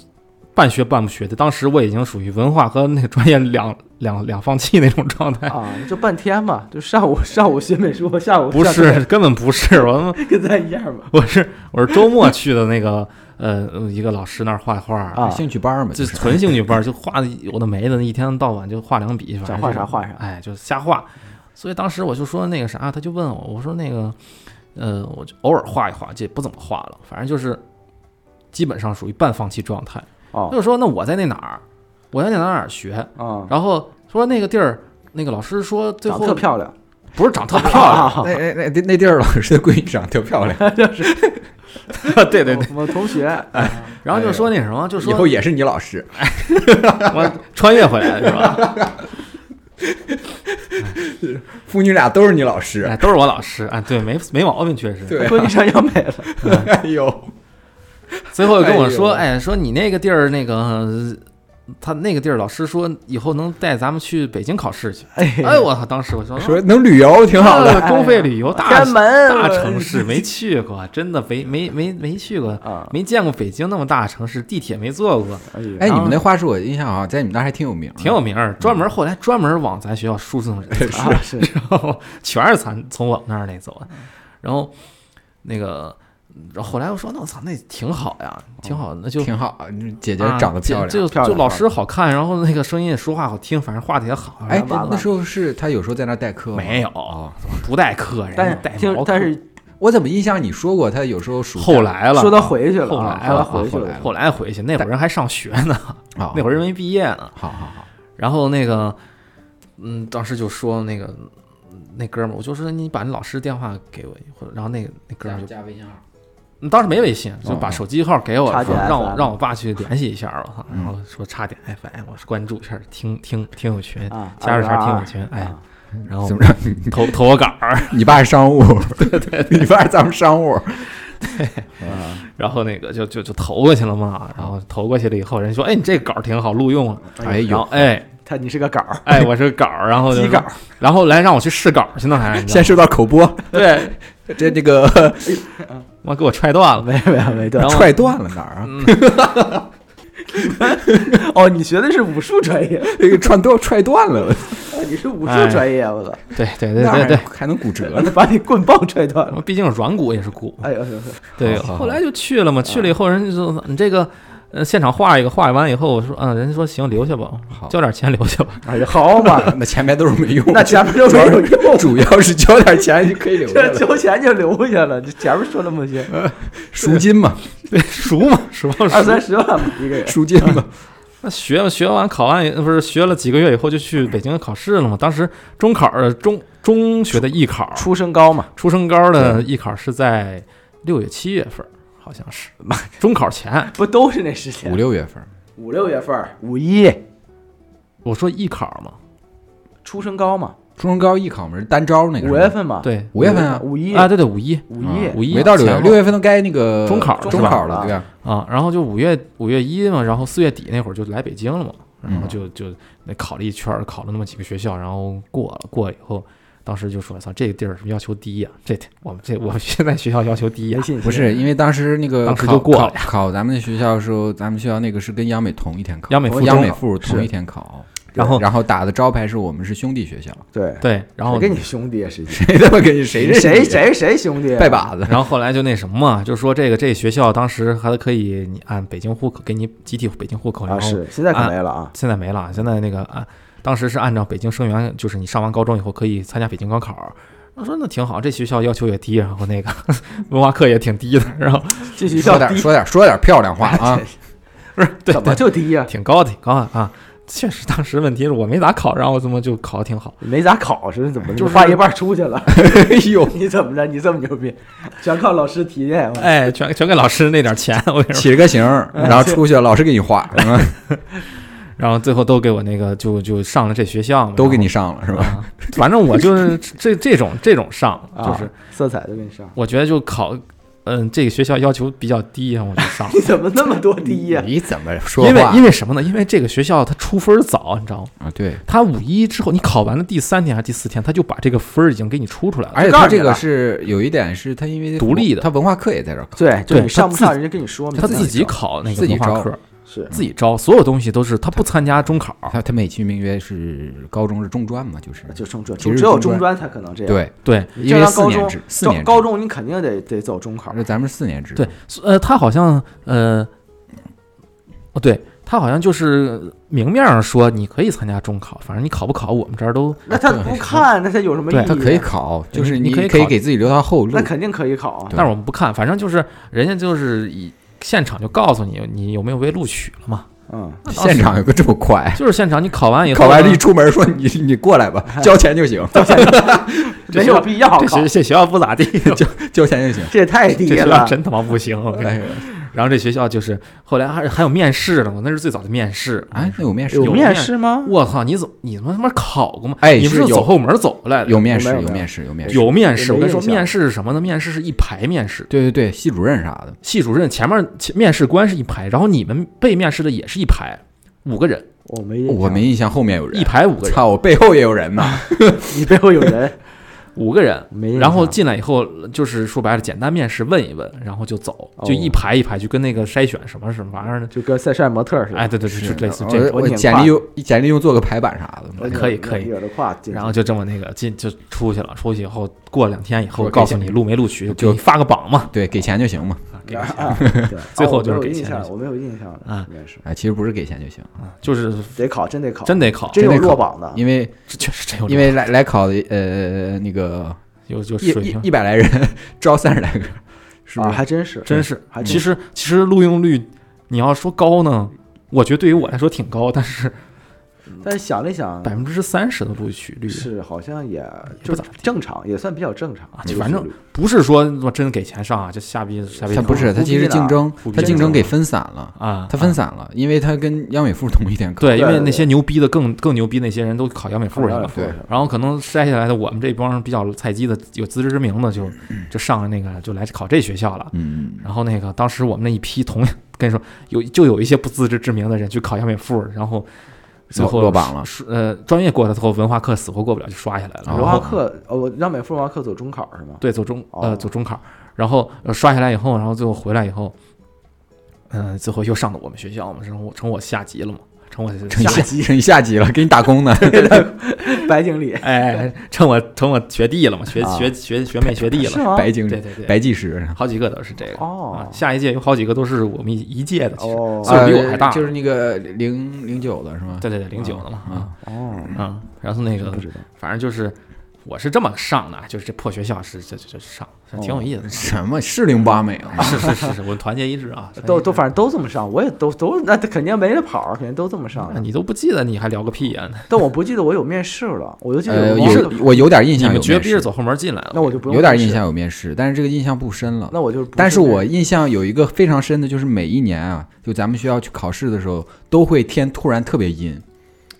半学半不学的，当时我已经属于文化和那个专业两 两两放弃那种状态，啊，就半天嘛，就上午上午学美术，下午 不上 是，根本不是，我他妈课跟咱一样嘛。 我是我是周末去的那个呃一个老师那儿画画， 啊兴趣班嘛，就就是纯兴趣班儿，就画的有的没的，一天到晚就画两笔，反正想画就是啥画啥哎，就瞎画。所以当时我就说那个啥，他就问我，我说那个，呃，我就偶尔画一画，这不怎么画了，反正就是基本上属于半放弃状态。他哦就说那我在那哪儿，我在那哪儿哪儿学，啊，然后说那个地儿，那个老师说最长后得特漂亮，不是长 特 漂啊那那那那那地儿老师的闺女长得特漂亮，亮， 对对对，哎我同 学，啊然后就说那什么，就以说后也是你老师。我穿越回来了是吧？ 父女俩都是你老师，哎，都是我老师，哎，对，没没毛病，确实。对闺女上要美了，哎呦，最后跟我说，哎哎，说你那个地儿那个，呃他那个地儿老师说以后能带咱们去北京考试去。 哎，我操！当时我说嗯说能旅游挺好的，啊公费旅游大天安门大城市没去过，真的没没没没去过，啊，没见过北京那么大的城市，地铁没坐过，哎呀哎，你们那画室我印象好像在你们那儿还挺有名，挺有。名儿。专门后来专门往咱学校输送人才，啊是然后全是咱从我们那儿那走的，然后那个，然后后来我说，那我操，那挺好呀，挺好，那就挺好，嗯姐姐啊长得姐漂亮。就漂就亮老漂师好看，然后那个声音也说话好听，反正画的也好。哎，完了那那时候是她有时候在那儿代课吗？没有哦不带客人，但人家是带听毛，但客是我怎么印象你说过她有时候暑假后来了，说他回去了，后啊来说了他回去后来了，后来回去那会儿人还上学呢，啊，那会儿人没毕业呢。好好好，然后那个，嗯，当时就说那个那哥们儿，我就说你把那老师电话给我，或者然后那个那哥们儿就加微信号，嗯当时没微信，就把手机号给我，哦插说件嗯让我 FM 让我爸去联系一下儿我操，然后说差点 FM，我说关注一下儿听听听友群啊，加入一下儿听友22群，哎啊，然后怎么着？ 投投我稿儿，你爸是 商务，对对， 你爸是咱们商务，然后那个就就就投过去了嘛，然后投过去了以后，人说，哎，你这稿儿挺好，录用了，哎然呦后，哎他你是个稿儿， 哎，我是稿儿，然后就鸡稿儿，然后来让我去试稿儿去呢，还 你知道先吗收到口播，对，这这个妈给我踹断了，没有没有没有对然后嗯 踹断了哪儿啊？ 哦，你学的是武术专业， 这个串都踹断了，哦你是武哎术专业，我操，对对对那对还对，还能骨折呢。 把你棍棒踹断 了，我毕竟软骨也是骨，哎呦哎呦，哎对，哦好好好后来就去了嘛，去了以后人家就说你这个，呃，现场画一个，画完以后我说，嗯，人家说行，留下吧好，交点钱留下吧。 呦 哎呦，好嘛，那前面都是没用的，，那前面都没有用主要是交点钱就可 以留下 这交了，钱就留下了，这前面说那么 些，赎金嘛，对，熟嘛，熟二熟 啊三十万吧一个人， 赎金嘛。那学学完考完也不是学了几个月以后就去北京考试了嘛？当时中考呃中中学的艺考，初升高嘛，初升高的艺考是在六月七月份儿，好像是中考前。不都是那时五间？六月份，五六月份儿，五一我说艺考嘛，初升高嘛，初中高艺考嘛，是单招那个是五吧月份嘛，，对五月份啊，五一啊，对对，五一五一啊五一没到六月，前后六月份都该那个中考中是吧考了，对吧？啊，然后就五月五月一嘛，然后四月底那会儿就来北京了嘛，嗯然后就就那考了一圈儿，考了那么几个学校，然后过了，过了以后。当时就说：“操，这个地儿要求低呀、这我们这我们现在学校要求啊低呀、没信心啊不是，因为当时那个当时考就过考了考咱们那学校的时候，咱们学校那个是跟央美同一天考，央美附央中美附同是一天考，然后然后打的招牌是我们是兄弟学校， 对，对，然后谁跟你兄弟啊实际谁他妈跟谁谁谁谁谁兄弟啊拜把子，然后后来就那什么嘛，就说这个这学校当时还可以你按北京户口给你集体北京户口，然啊！后是现在可没了啊，现在没了，现在那个按当时是按照北京生源，就是你上完高中以后可以参加北京高考。我说那挺好，这学校要求也低，然后那个文化课也挺低的，然后继续说叫点低，说点说点漂亮话 啊，不是对怎么对，就低呀？挺高的挺高的啊。确实当时问题是我没咋考，然后怎么就考的挺好。没咋考试，怎么就是画一半出去了？ 哎呦， 你怎么着？你这么牛逼，全靠老师啊提点。我哎，全全给老师那点钱，我跟你说。起了个形儿，嗯然后出 去了，老师给你画，嗯然后最后都给我那个就就上了这学校嘛，都给然后你上了是吧？啊， 反正我就是这这种这种上，就啊是色彩都给你上，。我觉得就考，嗯，这个学校要求比较低，啊然后我就 上你怎么那么多啊低 呀？你怎么 说啊因为话因为什么呢？因为这个学校它出分儿早，你知道吗？啊？对，它五一之后，你考完了第三天还是第四天，他就把这个分儿已经给你出出来了。而且告他诉你这个了是有一点是他因为独立的他文化课也在这儿考，对，就你对他上不自上，人家跟你说明。他自自己己考那个自己文化招嗯课，是自己招，所有东西都是他不参加中考。他他美其名曰是高中是中专嘛，就是就中专，其就实只有中中专才可能这样。对，啊对你因正为常四高年中制，四中年高中你肯定得得走中考而。且咱们是四年制，对，呃，他好像呃，哦，对他好像就是明面上说你可以参加中考，反正你考不考我们这儿都那他不看，那他有什么意义对啊？他可以考，对就是你你可以可以考给自己留条后路那，肯定可以考啊对。但是我们不看，反正就是人家就是以现场就告诉你你有没有被录取了嘛。嗯，现场有个这么快。就是现场，你考完以后， 考完了一出门说你你过来吧， 交钱就行，没有必要这考学，这学校不 咋地，这交钱 就行。这也太低学了校。真他妈不 行。我跟你说哎然后这学校就是后来还还有面试呢，我那是最早的面试。哎，那有面试有有面试吗？我操，你怎么你他妈他妈考过吗？哎你不是有走后门走过来的？有面试，有没有有面试，有面试。啊有面试，我我没跟你说，印象面试是什么呢？面试是一排面试，对对对，系主任啥的，系主任前面前面试官是一排，然后你们被面试的也是一排，五个人，我没印象我没印象后面有人一。排五个人，操，我背后也有人呐！ 你背后有人，五个人，嗯没印象然后进来以后，就是说白了，简单面试问一问，然后就走，哦就一排一排，就跟那个筛选什么什么玩意儿的。就跟赛晒模特儿似的。哎，对对对，就类似我这个。我我拧简胯历用简历用做个排版啥的。我可以扭可以扭着胯进去，然后就这么那个进就出去了，出去以后过两天以后我给告诉钱你录没录取，就给就你发个榜嘛，对，给钱就行嘛。啊给然个后钱啊对最后哦就是我没有给印钱象就我没有印象了啊，应该是哎，其实不是给钱就行，就是得考，真得考，真得考，真真有得落考榜的，因为这确实真有这因个为来来考的呃那个有有一水一平，一百来人招三十来个，是不啊，是？还真是真是还。其实其实录用率你要说高呢，我觉得对于我来说挺高，但是嗯但是想了一啊想，百分之三十的录取率是好像也不就咋正常，也算比较正常啊这个反速正率不是说他妈真给钱上啊，就瞎逼瞎逼他弄啊。不是，他不其实逼的竞争不，逼他的竞争给分散了，啊，他分啊散了，因为他跟央美附同一天考。对，因对为对那些牛逼的更更牛逼那些人都考央美附去了，对，然后可能筛下来的我们这帮比较菜鸡的有自知之明的就 就上了那个就来考这学校了。嗯，然后那个当时我们那一批同样跟你说有就有一些不自知之明的人去考央美附，然后最后落落榜了是呃专业过了，最后文化课死活过不了就刷下来了。哦然文后化课，哦，我让美术文化课走中考是吗？对，走中哦呃走中考，然后、呃、刷下来以后，然后最后回来以后，嗯、最后又上到我们学校嘛，然后我成我下级了嘛，成我成下下级，成下级了，给你打工呢。白经 理哎，成我成我学弟了嘛，学、啊学学学妹学弟是了，吗？白经对理，对对，白技师。好几个都是这个。啊哦，下一届有好几个都是我们一一届的，其实哦岁数比我还大。呃就是那个零零九的是吗？对对对，零九的嘛啊，哦，啊，嗯然后那个不知道反正就是我是这么上的，就是这破学校是这这这上，是挺有意思的。哎什么是零八美啊？是是是是，我们团结一致啊，团结一都致都反正都这么上，我也都都那肯定没得跑儿，肯定都这么上那。你都不记得，你还聊个屁呀、但我不记得我有面试了，我就记得呃，面试有了，我有点印你象有们绝面逼是试，走后门进来了。那我就不用有点面印试，象有面试，但是这个印象不深了。那我就不但是面我印象有一个非常深的，就是每一年啊，就咱们学校去考试的时候，都会天突然特别阴，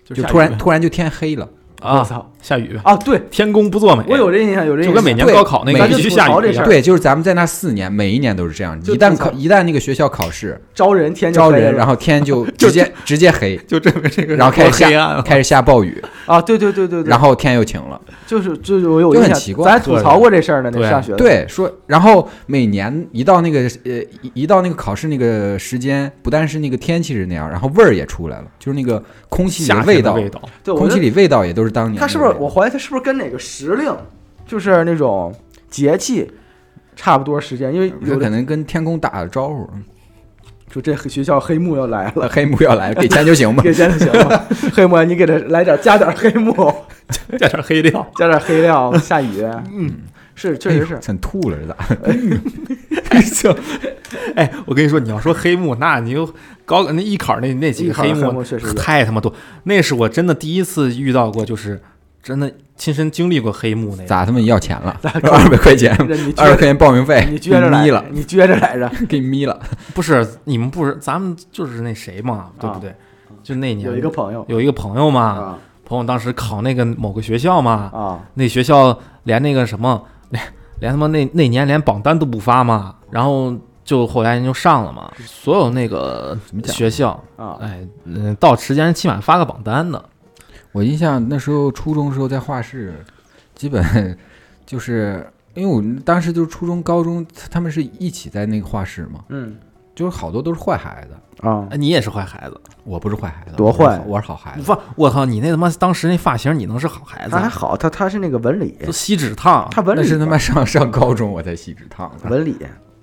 就就下雨突然呗突然就天黑了。我啊，操下雨呗，啊，对天公不作美。我有这印象，有这印象，就跟每年对高考那个每必须年下吐槽雨这一事样儿。对，就是咱们在那四年，每一年都是这样。就一旦吐槽考一旦那个学校考试招人天就招黑人，了然后天就直接直接黑，就证明这个然后开始黑暗下了。开始下暴雨，啊，对对对对对，然后天又晴了。就是就是我有就印很象，奇怪咱还吐槽过这事儿呢，那对上学的对，说然后每年一到那个呃一一到那个考试那个时间，不但是那个天气是那样，然后味儿也出来了，就是那个空气里夏天味的道，味道，对，我空觉气得里味道也都是当年他那是个不味道。是我怀疑他是不是跟哪个时令，就是那种节气差不多时间，因为他有可的能跟天空打了招呼，就这学校黑幕要来了。 黑幕要来，给钱就行吧。给钱就行了， 黑幕你给他来点加点黑幕， 加点黑料。加点黑料，下雨，嗯，是 确实哎是呦，很吐了是咋？就，哎，我跟你说，你要说黑幕，那你就高那艺考那那几艺个考的黑黑幕幕确实有太他妈多，那是我真的第一次遇到过，就是真的亲身经历过黑幕那个。咋他妈要钱 了？哎二百块钱，这你二百撅块钱报名费，你撅着来眯着了，， 你撅着来着，给眯了。不是你们不是，咱们就是那谁嘛，对不对？就那年有一个朋友有一个朋友嘛，啊朋友当时考那个某个学校嘛，啊，那学校连那个什么，连连他妈那那年连榜单都不发嘛，然后就后来人就上了嘛，所有那个怎么讲学校啊哎，嗯，到时间起码发个榜单的，我印象那时候初中时候在画室，基本就是因为我当时就是初中、高中，他们是一起在那个画室嘛，嗯就是好多都是坏孩子。啊哎，你也是坏孩子。我不是坏孩子，多我是好坏我是好孩子。不，我靠，你那他妈当时那发型，你能是好孩子他还啊？好，他他是那个文理，都锡纸烫， 他文那理是他吧妈上上高中我才锡纸烫的，文理，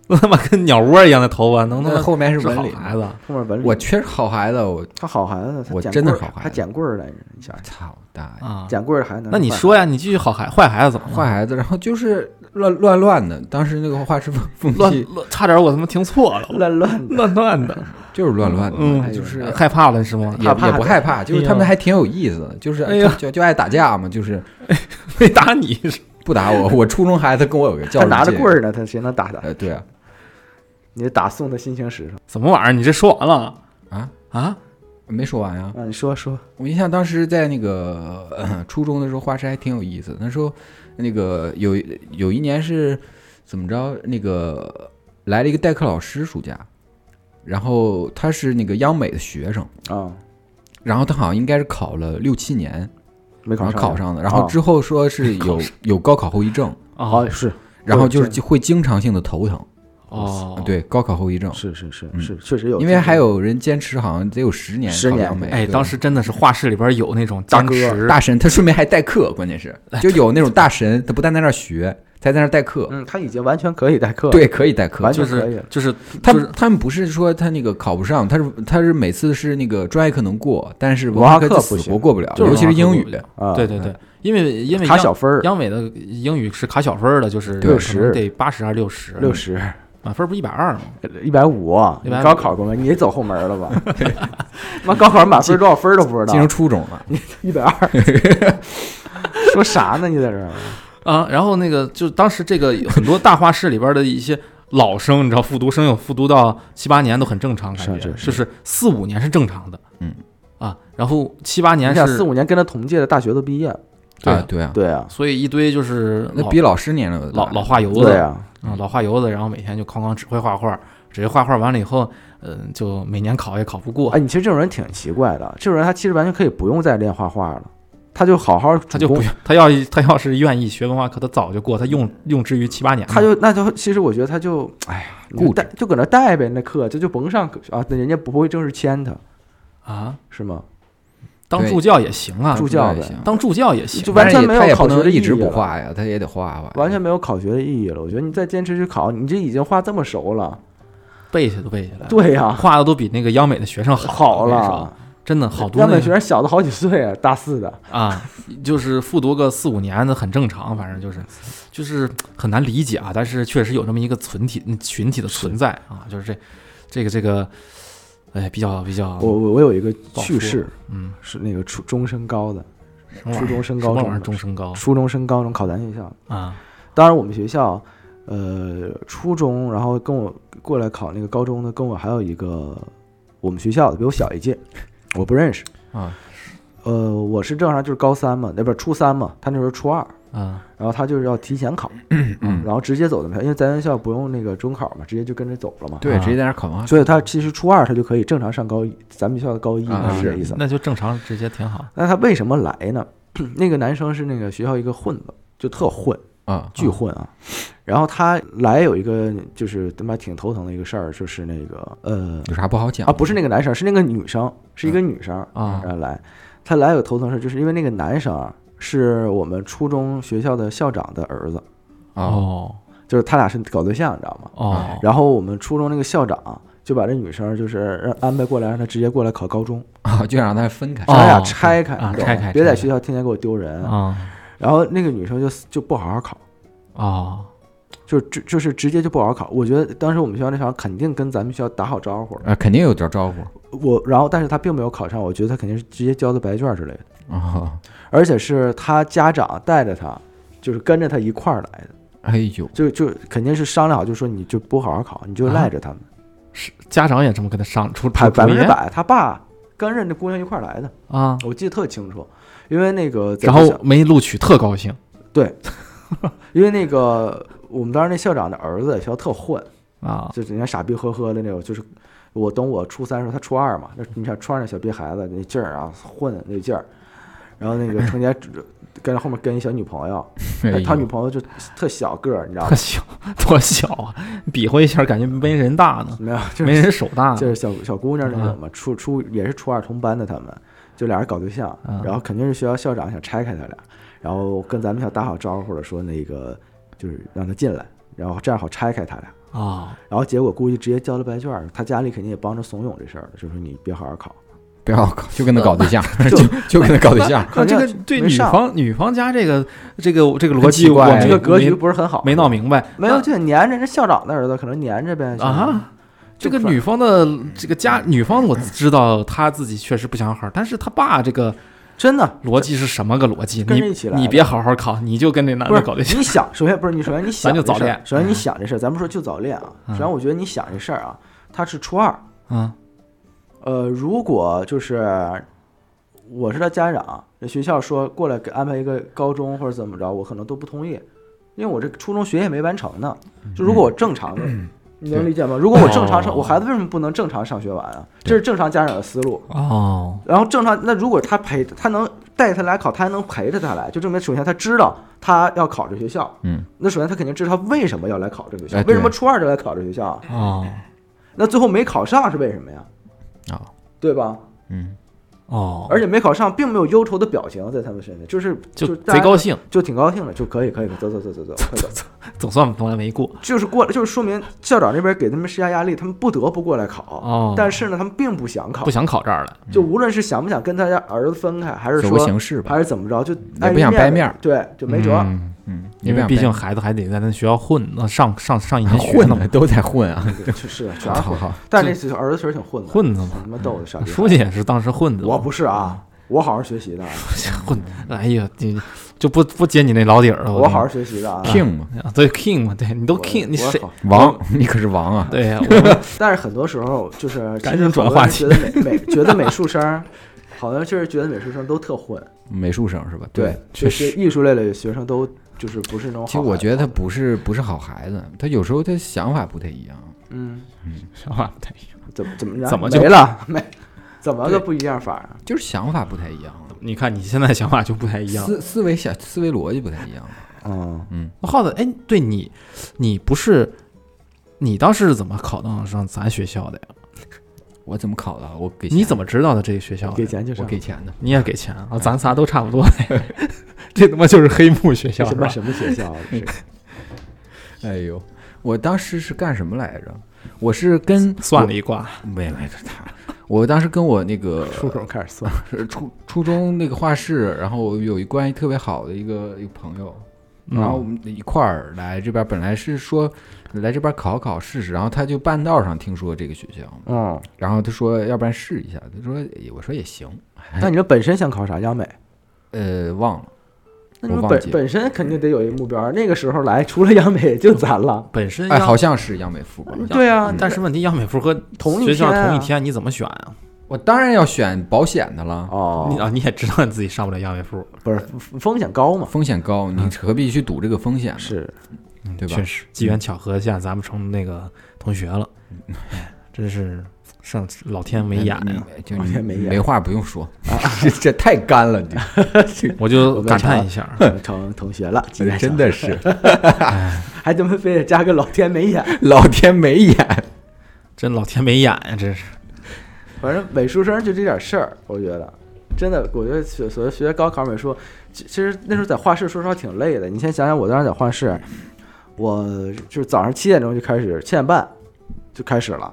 都他妈跟鸟窝一样的头发，能他那妈后面是是文好理。孩子？啊后面文理，我确实好孩子，我他好孩子，他我捡真的棍儿好孩他子捡棍儿来着，你想想操大爷！啊？捡棍儿还能是坏？那你说呀，你继续好孩坏孩子啊怎么了坏孩子，然后就是乱乱乱的，当时那个画室风风乱 气乱，差点我他妈听错了，乱 乱的，乱乱的，就是乱乱的，嗯就是害怕了是吗？也怕也不的哎害怕，就是他们还挺有意思的，就是哎呀就就爱打架嘛，就是 没打你是不 打我，我初中孩子跟我有个他较劲，拿着棍，儿呢，他谁能打他？呃，对啊，你得打送他心情史上怎么玩意儿？你这说完了啊啊？没说完啊，啊！你说说，我印象当时在那个、呃初中的时候，画室还挺有意思的。那时候，那个有有一年是怎么着？那个来了一个代课老师，暑假，然后他是那个央美的学生，啊，然后他好像应该是考了六七年，没考然后上，啊考上的。然后之后说是有有高考后遗症，哦好是然后就是对就会经常性的头疼。哦，，对，高考后遗症，是是是嗯是，确实有，因为还有人坚持，好像得有十年十考年央美。哎，对当时真的是画室里边有那种大僵哥持大神，他顺便还代课，关键是就有那种大神，他不但在那儿学，他还在那儿代课。哎嗯，他已经完全可以代课了，对，可以代课完。就全可以是了就是他就是他们不是说他那个考不上，他是他是每次是那个专业课能过，但是文文化课课就不死行活过不了，就是尤其是文化课英过语不了。啊，对对对，因为因为卡央小分儿央美的英语是卡小分儿的，就是对可能得八十还是六十，嗯六十满分不一百二吗？一百五，你150高考过没？你也走后门了吧？ 妈，高考满分多少分都不知进入道，初中了，一百二， 说啥呢？你在这儿啊，然后那个就当时这个很多大画室里边的一些老生，你知道复读生有复读到七八年都很正常，感觉是是啊是就是四五年是正常的，嗯啊，然后七八年你想是四五年跟他同届的大学都毕业了，对啊，对啊，对啊，所以一堆就是那老比老师年龄都老大老画油对子啊，啊，老画油子，然后每天就哐哐只会画画，只会画画完了以后，嗯，就每年考也考不过哎，，你其实这种人挺奇怪的，这种人他其实完全可以不用再练画画了，他就好好主他就攻不他要他要是愿意学文化课，他早就过，他用用之于七八年了，他就那就其实我觉得他就哎呀，你固就带就搁那带呗，那课就就甭上课啊，那人家不会正式签他啊，是吗？当对助教也行啊，助助教也呗行，当助教也行，就完但是全也没有他也考不学能的一意直义不了画呀，他也得画吧，完全没有考学的意义了。我觉得你再坚持去考，你这已经画这么熟了，背下都背下来了。对呀、画的都比那个央美的学生好好我跟你说了，真的哎好多样那本个学生小的好几岁啊，大四的，啊，就是复读个四五年的很正常，反正就是，就是很难理解啊。但是确实有这么一个群体群体的存在啊，就是这，这个这个，哎，比较比较，我我我有一个爆趣出事，嗯，是那个初中升高的，什么玩意初儿中升什么高中玩意儿的，中升高初中升高中考咱学校。啊当然我们学校，呃，初中，然后跟我过来考那个高中的，跟我还有一个我们学校的比我小一届，我不认识。啊，呃，我是正常就是高三嘛，那不是初三嘛，他那时候初二，啊然后他就是要提前考，嗯然后直接走的票，因为咱学校不用那个中考嘛，直接就跟着走了嘛。对啊，直接在那儿考完，所以他其实初二他就可以正常上高一，咱们学校的高一啊嘛是这意思吗。那就正常直接挺好那他为什么来呢？ 那个男生是那个学校一个混子，就特混，啊，巨混啊。然后他来有一个就是他妈挺头疼的一个事儿，就是那个呃有啥不好讲啊，不是那个男生，是那个女生，是一个女生啊然后来，他来有头疼事儿，就是因为那个男生啊是我们初中学校的校长的儿子，啊哦就是他俩是搞对象，你知道吗？哦然后我们初中那个校长就把这女生就是让安排过来，让她直接过来考高中，啊， 就想让他分开哦咱俩拆开，啊你懂吗拆开别在拆开学校天天给我丢人。啊然后那个女生就就不好好考，哦就就就是直接就不好好考。我觉得当时我们学校那场肯定跟咱们学校打好招呼了。啊，肯定有点招呼我然后，但是她并没有考上，我觉得她肯定是直接交的白卷之类的，啊，而且是她家长带着她，就是跟着她一块儿来的，哎呦，就就肯定是商量好，就说你就不好好考，你就赖着他们，是家长也这么啊跟他商出百出百分主之意百，她爸跟着那姑娘一块儿来的，啊，我记得特清楚，因为那个在然学后校没录取特高兴对，因为那个我们当时那校长的儿子在学校特混，啊就是人家傻逼呵呵的那种，就是我等我初三的时候，他初二嘛，那你想初二那小逼孩子那劲儿啊，混那劲儿，然后那个成天跟着后面跟一小女朋友，哎哎他女呦朋友就特小个儿，你知道特吗？小多小啊，比划一下感觉没人大呢，没有，就 没是人手大呢就是小小姑娘那种嘛，初初也是初二同班的，他们就俩人搞对象啊，然后肯定是学校校长想拆开他俩，然后跟咱们校打好招呼了，说那个就是让他进来，然后这样好拆开他俩。啊然后结果估计直接交了白卷儿，他家里肯定也帮着怂恿这事儿了，就说你别好好考。不要搞，就跟他搞对象，就就就跟他搞对象， 那肯这定个对没女上方女方家这个这个这个逻很辑，奇我怪们这这个个格局哎没不是很好，没闹明白。没有就粘着，这校长的儿子可能粘着呗。那啊，这就个反女方的这个家女方，我知道她自己确实不想好，但是她爸这个真的逻辑是什么个逻辑？跟着一起你来你别好好考，你就跟这男不的搞对是象你想，首先不是你，首 先你想咱就这早事儿恋首先你想这事儿，咱不说就早恋啊，嗯首先我觉得你想这事儿啊，他是初二，啊呃，如果就是我是他家长，那学校说过来给安排一个高中或者怎么着，我可能都不同意，因为我这初中学业没完成呢。嗯就如果我正常的，你能理解吗？如果我正哦常上，我孩子为什么不能正常上学完啊？这是正常家长的思路。哦然后正常，那如果他陪他能带他来考，他还能陪着他来，就证明首先他知道他要考这学校。嗯，那首先他肯定知道他为什么要来考这个学校，哎为什么对初二就来考这学校啊？哦那最后没考上是为什么呀？啊，对吧？嗯，哦，而且没考上，并没有忧愁的表情在他们身上，就是就大家贼高兴，就挺高兴的，就可以可以，走走走走走，快 走，总算从来没过就是过来，就是说明校长这边给他们施加压力，他们不得不过来考，哦，但是呢，他们并不想考不，想考这儿了就无论是想不想跟他家儿子分开，还是走个说形式吧还，是怎么着，就碍于不想掰面面儿子，对，就没辙。嗯嗯，因也不为想毕掰竟孩子还得在那学校混，那上上上一年学 混呢呢，嘛，都在混 啊，对就是全是好混，好，但那次儿子确实挺混的，混子嗯嘛，他妈逗的傻逼。书记也是当时混的嘛，我不是啊，我好好学习的啊， 混，哎呀，你就不不揭你那老底儿了。我好好学习的啊。 king 嘛，啊对 king 嘛，对你都我 king，你我谁？好王，你可是王啊，对 呀，我但是很多时候就是赶紧转话题其实很多人觉得美美觉得美术生儿，好像就是觉得美术生都特混，美术生是吧？确这些实。艺术类的学生都就是不是那种好孩子。其实我觉得他不是不是好孩子，他有时候他想法不太一样。嗯，想法不太一样。怎么怎么着怎么就没了没？怎么个不一样法儿啊？就是想法不太一样了，你看你现在想法就不太一样。思思维想思维逻辑不太一样了。嗯，我耗子，哎，对你，你不是你当时是怎么考到上咱学校的呀？我怎么考的？我给你怎么么知道的这个学校的给呀？钱就我上。给钱的？你也给钱啊？咱仨都差不多。 这他妈就是黑幕学校这是什么吧？什么学校啊？这是哎呦，我当时是干什么来着？我是跟算了一卦我，没没他， 我当时跟我那个初中开始算，是初初中那个画室，然后我有一关系特别好的一个一个朋友，嗯然后我们一块儿来这边，本来是说来这边考考试试，然后他就半道上听说这个学校，嗯，然后他说要不然试一下，他说也我说也行，那你说本身想考啥？央美？呃，忘了，那你说我忘本记了本身肯定得有一目标，嗯那个时候来除了央美也就咱了，本身哎，央好像是央美附嗯吧。 对啊，但是问题央美附和同一学校天啊同一天，你怎么选啊？我当然要选保险的了，哦你，啊，你也知道你自己上不了央美附，不是风风险高嘛？风险高，你何必去赌这个风险呢？是，对吧确实，机缘巧合下咱们成那个同学了，嗯哎， 真是上老天哎没眼呀！嗯，就完你全没眼没话不用说，啊 这这太干了，你我我就们感查叹一下， 成成同学了，今这天真的是还他妈非得加个老天没眼。老天没眼。真老天没眼呀，真是。 反正美术生就这点事儿，我觉得真的，我觉得学所谓学高考美术，其其实那时候在画室说实话挺累的。你先想想，我当时在画室，我就是早上七点钟就开始，七点半就开始了，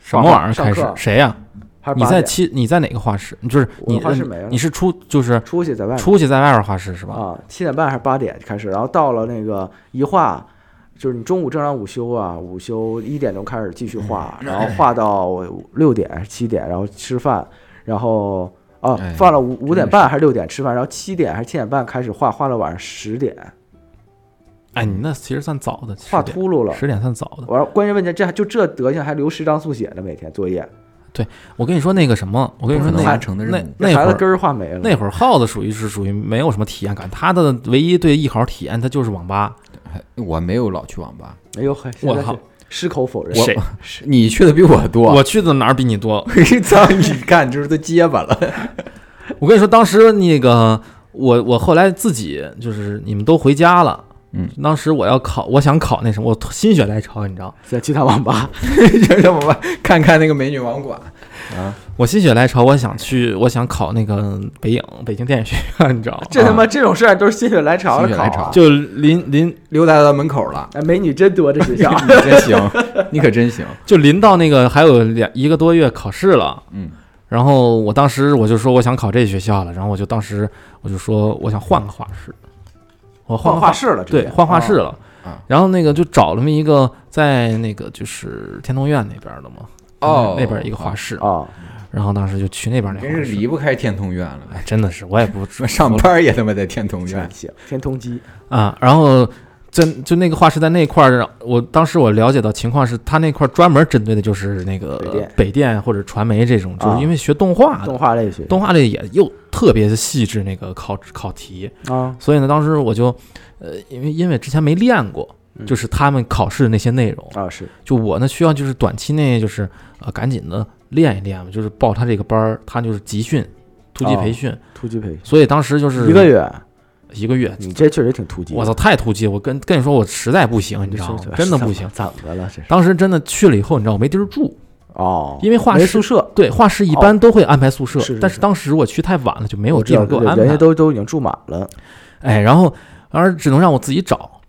什么玩意儿上开课始？谁呀？还是你八在点七？你在哪个画室？就是我你画室没了你是出就是出去在外面出去在外边画室是吧？啊，七点半还是八点就开始，然后到了那个一画。就是你中午正常午休啊，午休一点钟开始继续画，嗯然后画到六点还是七点，然后吃饭，然后啊哎呀放了五五真的点是半还是六点吃饭，然后七点还是七点半开始画，画到晚上十点，哎，你那其实算早的，画10点秃噜了。十点算早的。我说关键问题，这还就这德行还留十张速写呢，每天作业，我跟你说那个什么，我跟你说不可能那完成的任那务这那孩会子儿根儿画没了。那会儿耗子属于是属于没有什么体验感，他的唯一对艺考体验，他就是网吧。 我没有老去网吧，哎呦嘿，我现在靠是矢口否认。谁？你去的比我 多。我去的哪儿比你多？一操，你看，就是都结巴了。 我跟你说，当时那个我我后来自己就是你们都回家了，嗯，当时我要考，我想考那什么，我心血来潮，你知道，在其他网 吧，就让我们看看那个美女网管。我心血来潮，我想去，我想考那个北影北京电影学院，你知道吗？这他妈这种事儿都是心血来潮的心血考来啊。潮就临临溜达到门口 了，。哎，美女真多这学校你真行，你可真行。就临到那个还有两一个多月考试了，嗯，然后我当时我就说我想考这学校了，然后我就当时我就说我想换个画室，我 换换个画室了，直接对换画室。了啊。然后那个就找了那么一个在那个就是天通苑那边的嘛， 哦，那边一个画室，啊，然后当时就去那边那画真是室，离不开天通苑了。 哎，真的是我也不 说上班也他妈在天通苑真，行，天通机啊，然后在就那个画室在那块儿，我当时我了解到情况是，他那块儿专门针对的就是那个北电北电或者传媒这种，就是啊因为学动画的动，画类学动画类也又特别的细致那个考考题，啊，所以呢，当时我就，呃，因为因为之前没练过，嗯就是他们考试的那些内容，啊是就我呢需要就是短期内就是呃赶紧的练一练嘛，就是报他这个班儿，他就是集训、突击哦培训，突击培训所以当时就是一个月，一个月，你这确实挺突击的。我操，太突击！我跟跟你说，我实在不行，你知道吗是，真的不行。怎么了？这是当时真的去了以后，你知道我没地儿住，哦，因为画没室宿舍对画室一般都会安排宿舍，哦是是但是当时我去太晚了，就没有我地知道方给我安排。人家都都已经住满了，哎，然后而只能让我自己找，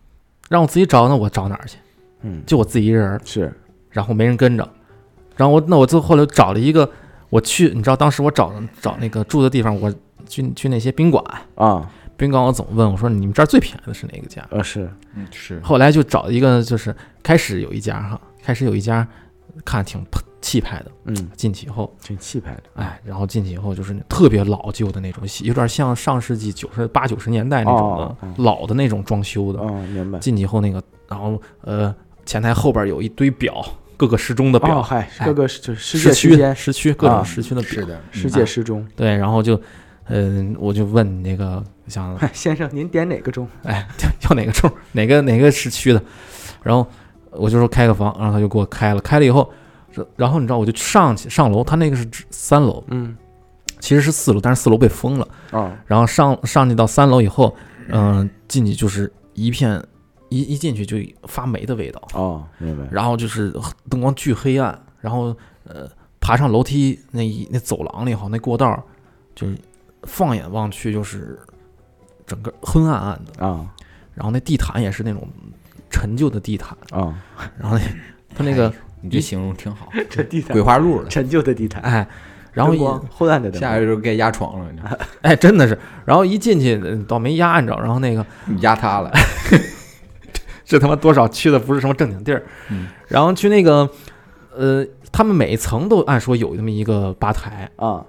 让我自己找，那我找哪儿去？嗯，就我自己一人儿，是然后没人跟着，然后我那我最后来找了一个，我去，你知道当时我找找那个住的地方，我去去那些宾馆，啊，宾馆我总问我说你们这儿最便宜的是哪个家？呃是嗯， 是后来就找一个，就是开始有一家哈，开始有一家看挺气派的，嗯，进去以后，挺气派的哎，然后进去以后就是特别老旧的那种，有点像上世纪九十八九十年代那种的、哦哦老的那种装修的。哦，明白。进去以后那个，然后呃，前台后边有一堆表，各个时钟的表，哦嗨，哎各个是就是世时界时区嗯啊间时区各啊种时区的表。是的，世嗯界时钟。 对，然后就。嗯，我就问那个想 嗨先生，您点哪个钟？要哪个钟，哪个哪个时区的，然后我就说开个房，然后他就给我开了，开了以后，然然后你知道我就上去上楼，他那个是指三楼，嗯，其实是四楼，但是四楼被封了，啊，然后上上去到三楼以后，嗯、进去就是一片一一进去就发霉的味道，哦，明白。然后就是灯光巨黑暗，然后呃爬上楼梯那一那走廊里头那过道儿，就是放眼望去就是整个昏暗暗的。啊然后那地毯也是那种陈旧的地毯，啊，然后那它那个你这形容 挺好， 这地毯鬼花 路了。陈旧的地毯，哎，然后灯一光昏暗的灯下光，一周该压床了，你知道吗哎，真的是，然后一进去呃倒没压按着，然后那个 你压塌了。 这他妈多少去的不是什么正经地儿，嗯然后去那个呃，他们每一层都按说有那么一个吧台，啊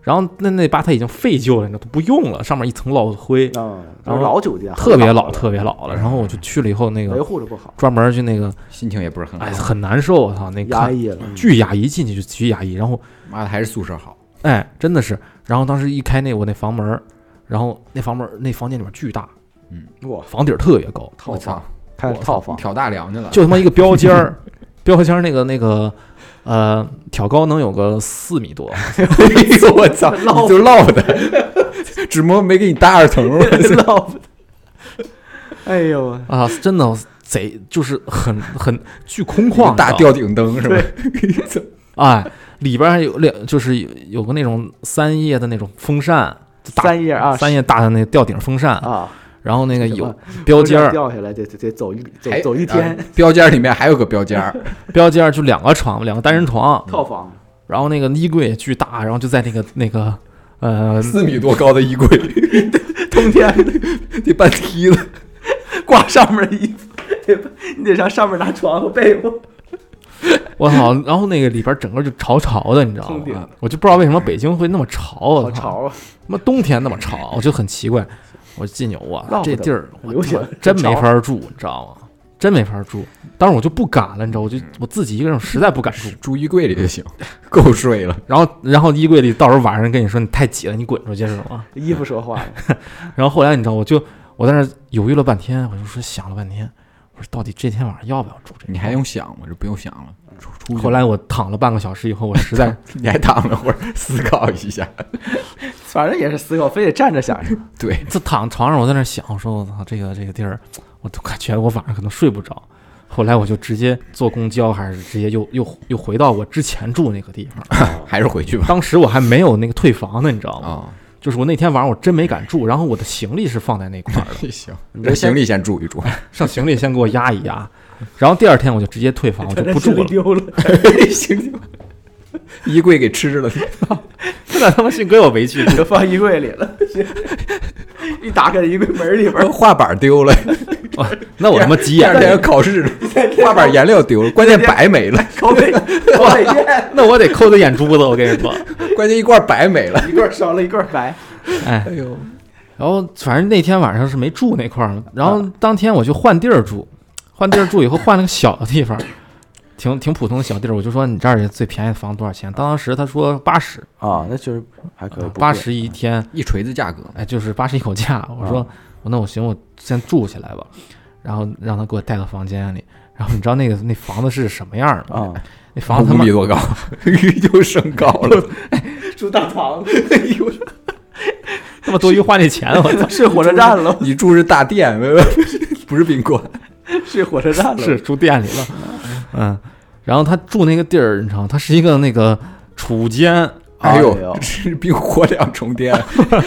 然后那那吧台已经废旧了，你知道都不用了，上面一层老灰，嗯，然后老酒店特别老老，了，特别老了。然后我就去了以后，那哎维个护的不好，专门去那个，心情也不是很好哎，，很难受，我操，那压看嗯抑了，巨压抑，进去就巨压抑。然后，妈的还是宿舍好。哎，真的是，然后当时一开那我那房门儿，然后那房门儿那房间里面巨大，哇，房顶儿特别 高，套我房操，开始套你房，挑大梁去了。就他妈一个标间儿，标间儿那个那个。呃，挑高能有个四米 多，哎呦我操，你就是落的，只不过没给你搭二层。 老，哎呦，啊，真的贼就是很很巨空一旷个，大吊吊顶灯是吧？哎，里边还有两就是有有个那种三叶的那种风扇，就大三页啊，三叶大的那吊顶风扇，啊，然后那个有什标间儿，哎掉下来得得得走一走还走一天，，哎啊标间里面还有个标间儿，标间儿就两个床，两个嗯单人床，套房，然后那个衣柜也巨大，然后就在那个那个呃， 四米多高的衣柜，冬天得搬梯子。挂上面的衣服， 得你得上上面拿床和被窝，哦我操，然后那个里边整个就潮潮的，你知道通吗顶？我就不知道为什么北京会那么潮，好哎我操，潮 啊！他妈冬天那么潮，我就很奇怪。我进去，我闹啊这腾地儿，我流他妈行真潮没法住，你知道吗？嗯真没法住，当时我就不敢了，你知道，我就我自己一个人实在不敢住。住衣柜里就行，够睡了。然后然后衣柜里到时候晚上跟你说你太挤了，你滚出去是吗？衣服说话，然后后来你知道，我就我在那儿犹豫了半天，我就说想了半天，我说到底这天晚上要不要住这个？你还用想吗？这不用想了，出出去。后来我躺了半个小时以后，我实在你还躺了会儿，思考一下。反正也是思考，非得站着想，对，就躺床上，我在那儿想，我说我操，这个这个地儿，我都快觉得我晚上可能睡不着。后来我就直接坐公交，还是直接又又又回到我之前住那个地方。还是 回去吧。当时我还没有那个退房呢，你知道吗？啊，就是我那天晚上我真没敢住，然后我的行李是放在那块儿的， 行，你这这行李先住一住。上行李先给我压一压，然后第二天我就直接退房，我就不住了。丢了，行李衣柜给吃了，现在他妈幸亏我没去，就放衣柜里了， 一打开衣柜门里边，画板丢了，那我他妈急眼 第二了天，考试画板颜料丢了，关键白没了，口北口北店那我得抠他眼珠子，我跟你说。关键一罐白没了。一罐烧了一罐白，哎，哎呦，然后反正那天晚上是没住那块儿，然后当天我就换地儿住，换地儿住以后换了个小的地方，挺挺普通的小地儿。我就说你这儿最便宜的房多少钱？当时他说八十，啊，那确实还可以，八十一天，一锤子价格，哎，就是八十一口价。我说、我那我行，我先住起来吧。然后让他给我带到房间里，然后你知道那个那房子是什么样儿 吗？啊，那房子五他妈米多高，又升高 了。住大 堂，他妈多余花那钱，啊我操！睡火车站了，你住是大殿，呃不是宾馆。睡火车站了，是住店里了，嗯，然后他住那个地儿，你知道，它是一个那个储间，哎哎呦呦，是冰火两重天，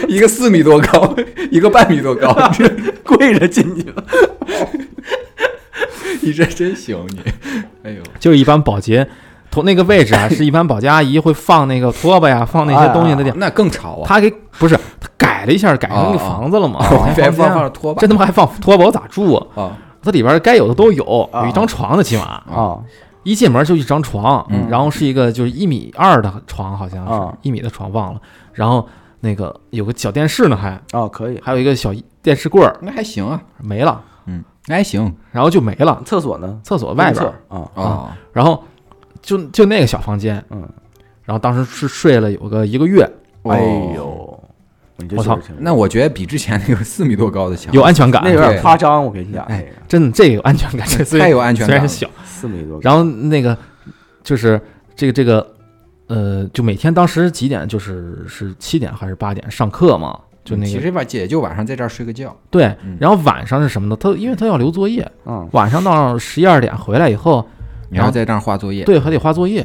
一个四米多高，一个半米多 高。跪着进去了，你这真行，你，哎呦，就是一般保洁同那个位 置啊，是一般保洁阿姨会放那个拖把呀，放那些东西的地儿。那更潮啊！他给不是他改了一下，改成那个房子了嘛？哦改别成房放间啊了放着拖把，这他妈还放拖把，我咋住啊？啊！它里边该有的都有，有一张床的起码。啊一进门就一张床，嗯然后是一个就是一米二的床，好像是啊一米的床忘了。然后那个有个小电视呢，还啊，可以，还有一个小电视柜儿那还行啊，没了，嗯，那还行然后就没了，厕所呢？厕所外边儿，啊，啊。然后就就那个小房间，嗯，然后当时是睡了有个一个月，哎哦，呦，你这我操确实挺那我觉得比之前那个四米多高的强。有安全感，那有点对夸张，我跟你讲，哎那个真的这个有安全感，这虽然太有安全虽感然了小，四米多高，然后那个就是这个这个呃，就每天当时几点就是是七点还是八点上课嘛，就那嗯其个实吧，姐就晚上在这儿睡个觉，对嗯，然后晚上是什么呢？他因为他要留作业，嗯，晚上到十一二点回来以后，你要在这儿画作业，对还得画作业，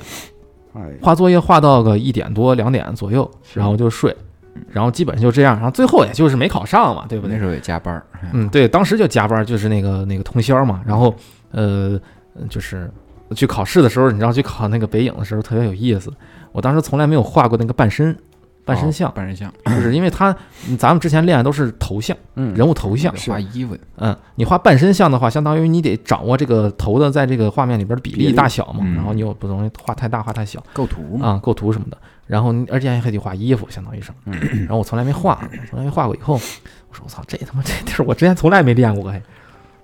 哎呀，画作业画到个一点多两点左右，然后就睡，嗯然后基本就这样，然后最后也就是没考上嘛，对不对那？时候也加班儿。哎嗯，对，当时就加班，就是那个那个通宵嘛，然后呃，就是去考试的时候，你知道去考那个北影的时候特别有意思。我当时从来没有画过那个半身半身像，哦半人像，就是因为他咱们之前练的都是头像嗯，人物头像，得画衣服，嗯，你画半身像的话，相当于你得掌握这个头的在这个画面里边的比比例例大小嘛，嗯然后你又不容易画太大画太小构图嘛，啊，构图什么的。然后你而且还得画衣服，相当于是。嗯 然后我从来没画，从来没画过。以后我说我操，这他妈这地儿我之前从来没练过，哎，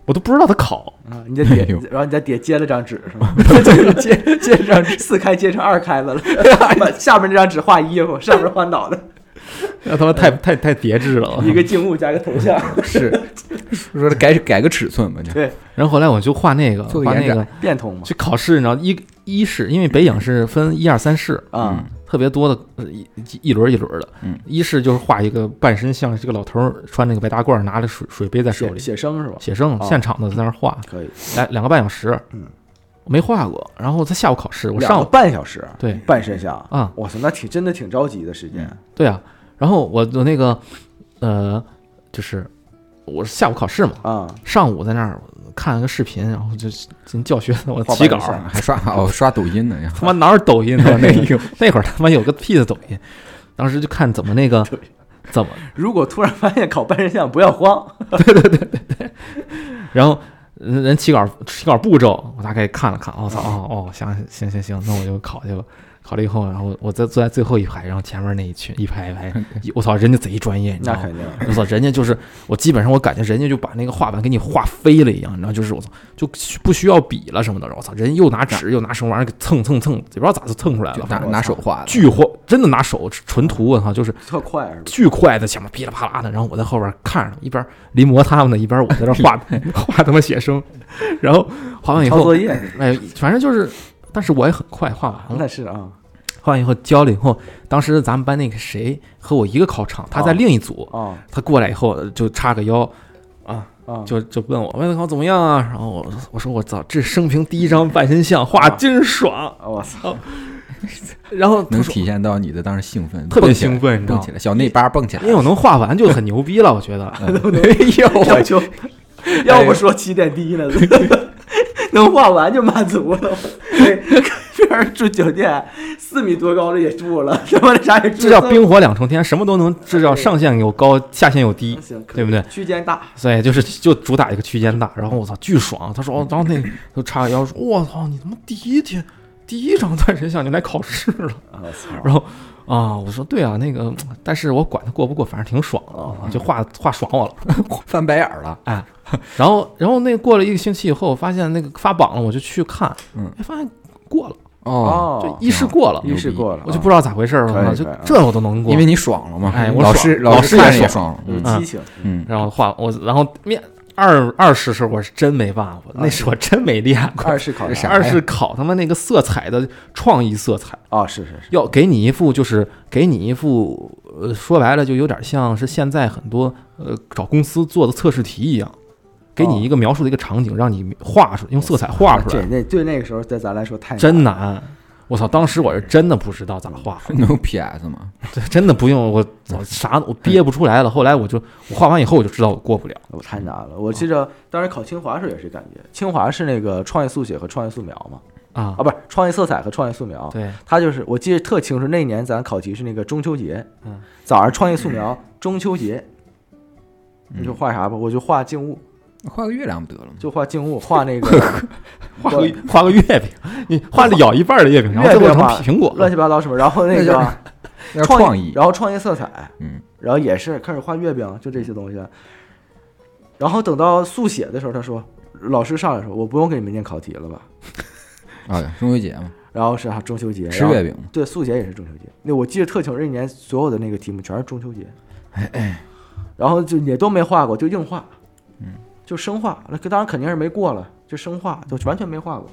我都不知道它考。啊，你在底哎呦，然后你在底下接了张纸是 吗？就是接接上四开接成二开了，把下面这张纸画衣服，上面画脑袋，那啊他妈太太太别致了。一个静物加个头像， 是说是改改个尺寸嘛，就对，然后后来我就画那个，做个画那延个变通嘛去考试，然后一一试，因为北影是分一二三试，啊，特别多的呃一一轮一轮的。嗯一是就是画一个半身像这个老头儿穿那个白大褂儿，拿着水水杯在手写里，写生是吧？写生哦现场的在那儿画，可以，来两个半小时。嗯，我没画过，然后他下午考试，我两上个嗯午半小时，对半身像啊，我操，那挺真的挺着急的时间嗯对啊，然后我我那个呃，就是我下午考试嘛，啊，上午在那儿看了个视频，然后就进教学我画起半稿身。像还刷哦刷抖音呢，他妈哪有抖音啊 呢？那个那会儿他妈有个屁的抖音，当时就看怎么那个对怎么如果突然发现考半身像，不要慌，然后人人起稿起稿步骤，我大概看了看，我、操，嗯哦哦，行行行行，那我就考去吧。考了以后，然后我再坐在最后一排，然后前面那一群一排一 排，我操，人家贼专哎业，你知道那吗肯？定。我操，人家就是我，基本上我感觉人家就把那个画板给你画飞了一样，你知道，就是我操，就不需要笔了什么的。我操，人又拿纸又拿什么玩意儿给蹭蹭蹭，也不知道咋就蹭出来就了，拿反正拿手画的，巨快，真的拿手纯涂，我操，就是特快 是吧？巨快的前面噼里啪啦的，然后我在后边看着，一边临摹他们的，一边我在这儿 画画他妈写生，然后画完以抄后作，业，哎，反正就是，但是我也很快画完嗯了，那是啊，画完以后交了以后，当时咱们班那个谁和我一个考场，他哦在另一组，啊他过来以后就叉个腰。啊，啊，就就问我外头考怎么样啊？然后我我说我操，这生平第一张半身像啊画真爽。我 操，然后他能说，体现到你的当时兴奋，特别蹦起来兴奋你知道蹦起来，嗯小内八蹦起来因为，我能画完就很牛逼了，我觉得。 没有，我就要哎不说起点低呢， 能画完就满足了。对， 这边住酒店，四米多高的也住了，他妈的啥也住。这叫冰火两重天，什么都能，这叫上限有高，下限有低，行，可以对不对？区间大，所以就是就主打一个区间大，然后我操巨爽。他说，哦，然后那就叉个腰说，我操，你他妈第一天第一张断神像就来考试了，我操，然后。啊，我说对啊，那个，但是我管他过不过，反正挺爽的，就画画爽我了。 翻白眼儿了，哎，然后然后那过了一个星期以后，发现那个发榜了，我就去看，嗯哎，发现过了，哦，就一试过了，一试过了，啊我就不知道咋回事儿了，可以我操就可以这我都能过，因为你爽了嘛，哎我老爽师老师师看也着也爽了，有嗯激情，嗯， 然后画我，然后面二二试是我是真没办法，那是我真没练过。二是考这啥呀二是考他妈那个色彩的创意色彩，啊，是是是，要给你一副就是给你一副，呃，说白了就有点像是现在很多呃找公司做的测试题一样，给你一个描述的一个场景，让你画出用色彩画出啊这来，那对那个时候在咱来说太真难嗯难。我操！当时我是真的不知道咋画， 能 PS 吗？真的不用我我啥我憋不出来了。后来我就我画完以后我就知道我过不了。我太难了。我记着当时考清华时候也是感觉，清华是那个创业速写和创业素描嘛，啊啊，，不是创业色彩和创业素描，对，他就是我记得特清楚，那年咱考题是那个中秋节，嗯，早上创业素描，中秋节，嗯你就画啥吧，我就画静物，画个月亮不得了吗？就画静物，画那个画个画个月饼，你画了咬一半的月饼，然后月最后饼成吧苹果乱七八糟什么，然后那那个要创创意，然后创业色彩，嗯，然后也是开始画月饼，就这些东西。然后等到速写的时候，他说老师上来说，我不用给你们念考题了吧？啊，中秋节嘛，然后是啊中秋节，吃然后月饼嘛，对，速写也是中秋节。那我记得特清楚，那年所有的那个题目全是中秋节，哎然后就也都没画过，就硬画，嗯，就生画。那当然肯定是没过了，就生画，就完全没画过。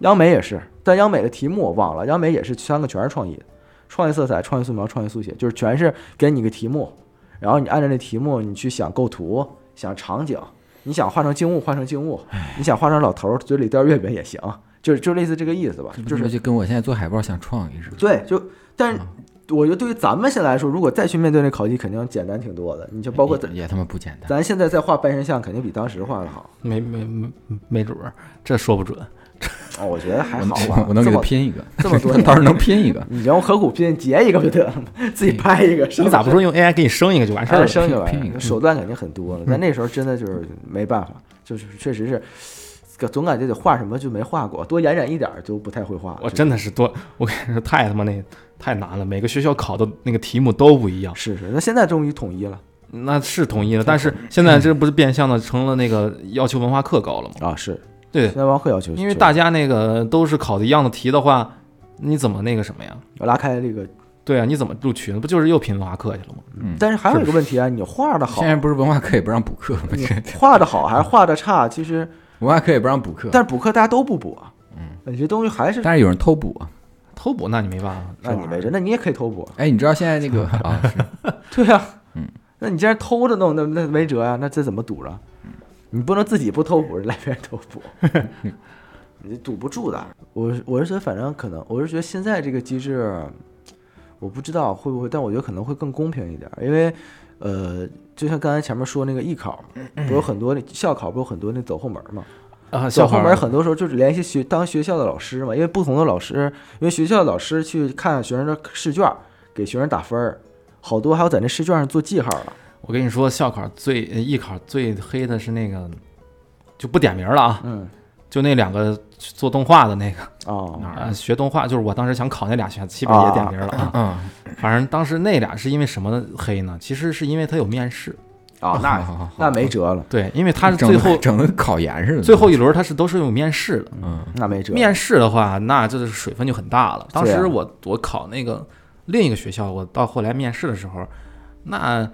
央美也是，但央美的题目我忘了，央美也是三个全是创意的，创意色彩、创意素描、创意速写，就是全是给你一个题目，然后你按照那题目你去想构图、想场景，你想画成静物画成静物，哎你想画成老头儿嘴里叼着月饼也行，就是就类似这个意思吧，这就是不就跟我现在做海报想创意似的，对，就但是我觉得对于咱们现在来说，如果再去面对那考题，肯定简单挺多的。你就包括咱也也他妈不简单，咱现在再画半身像，肯定比当时画的好。没没没没准儿，这说不准。哦我觉得还好我能吧， 我能这给他么拼一个，这 么多到时候能拼一个，你用合谷拼截一个不就得了吗？自己拍一个，你咋不说用 AI 给你生一个就完事儿哎，了？生就完拼一了，个手段肯定很多了。但那时候真的就是没办法，就是确实是，可总感觉得画什么就没画过，多延展一点儿就不太会画了。我就真的是多，我跟你说太他妈那太难了，每个学校考的那个题目都不一样。是是，那现在终于统一了那是统一了，但是现在这不是变相的成了那个要求文化课高了吗？啊，是对现，在网课要求，因为大家那个都是考的一样的题的话，你怎么那个什么呀？拉开这个，对啊，你怎么录取呢？不就是又评文化课去了吗？嗯，但是还有一个问题啊，你画 的好嗯现，在不是文化课也不让补课吗？你 画的好还是画的嗯差，其实文化课也不让补课，但是补课大家都不补啊，嗯你这东西还是，但是有人偷补啊。偷补那你没办法，那你没辙，那你也可以偷补啊，哎，你知道现在那 个啊，是对啊，嗯，那你既然偷着弄，那那没辙呀、那这怎么堵啊？嗯你不能自己不偷补，来别人偷 补，你堵不住的。我是我是觉得，反正可能我是觉得现在这个机制，我不知道会不会，但我觉得可能会更公平一点，因为呃，就像刚才前面说那个艺考，嗯不是有很多那校考不是有很多那走后门嘛？啊，走校后花门很多时候就是联系学当学校的老师嘛，因为不同的老师，因为学校的老师去看学生的试卷，给学生打分儿，好多还要在那试卷上做记号了。我跟你说，校考最呃艺考最黑的是那个，就不点名了啊，嗯，就那两个做动画的那个，哦，啊，学动画，就是我当时想考那俩学校，基本也点名了啊。嗯，反正当时那俩是因为什么黑呢？其实是因为他有面试，哦，好好好那那没辙了，对，因为他是整最的后 整的考 研似的，最后一轮他是都是有面试的，嗯，那没辙。面试的话，那这水分就很大了。当对时啊我我考那个另一个学校，我到后来面试的时候，那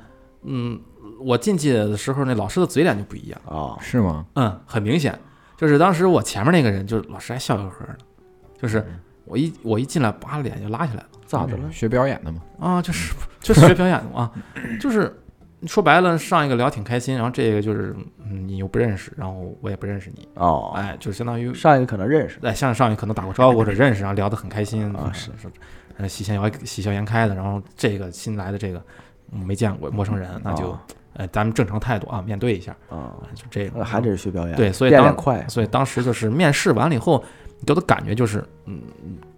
嗯，我进去的时候，那老师的嘴脸就不一样，哦，是吗？嗯，很明显，就是当时我前面那个人，就是老师还笑呵呵的，就是嗯我一我一进来，把脸就拉起来了咋的了？嗯学表演的嘛，啊，就是嗯 就是学表演的嘛，啊就是说白了，上一个聊挺开心，然后这个就是嗯，你又不认识，然后我也不认识你，哦，哎，就是相当于上一个可能认识，在像上一可能打 过招呼或者认识，然后聊得很开心啊是是，呃，喜笑颜喜笑颜开的。然后这个新来的这个我没见过陌生人，那就、啊呃咱们正常态度啊，面对一下，啊，啊就这那个还得是学表演，对，所以练练当快，所以当时就是面试完了以后，你给我的感觉就是，嗯，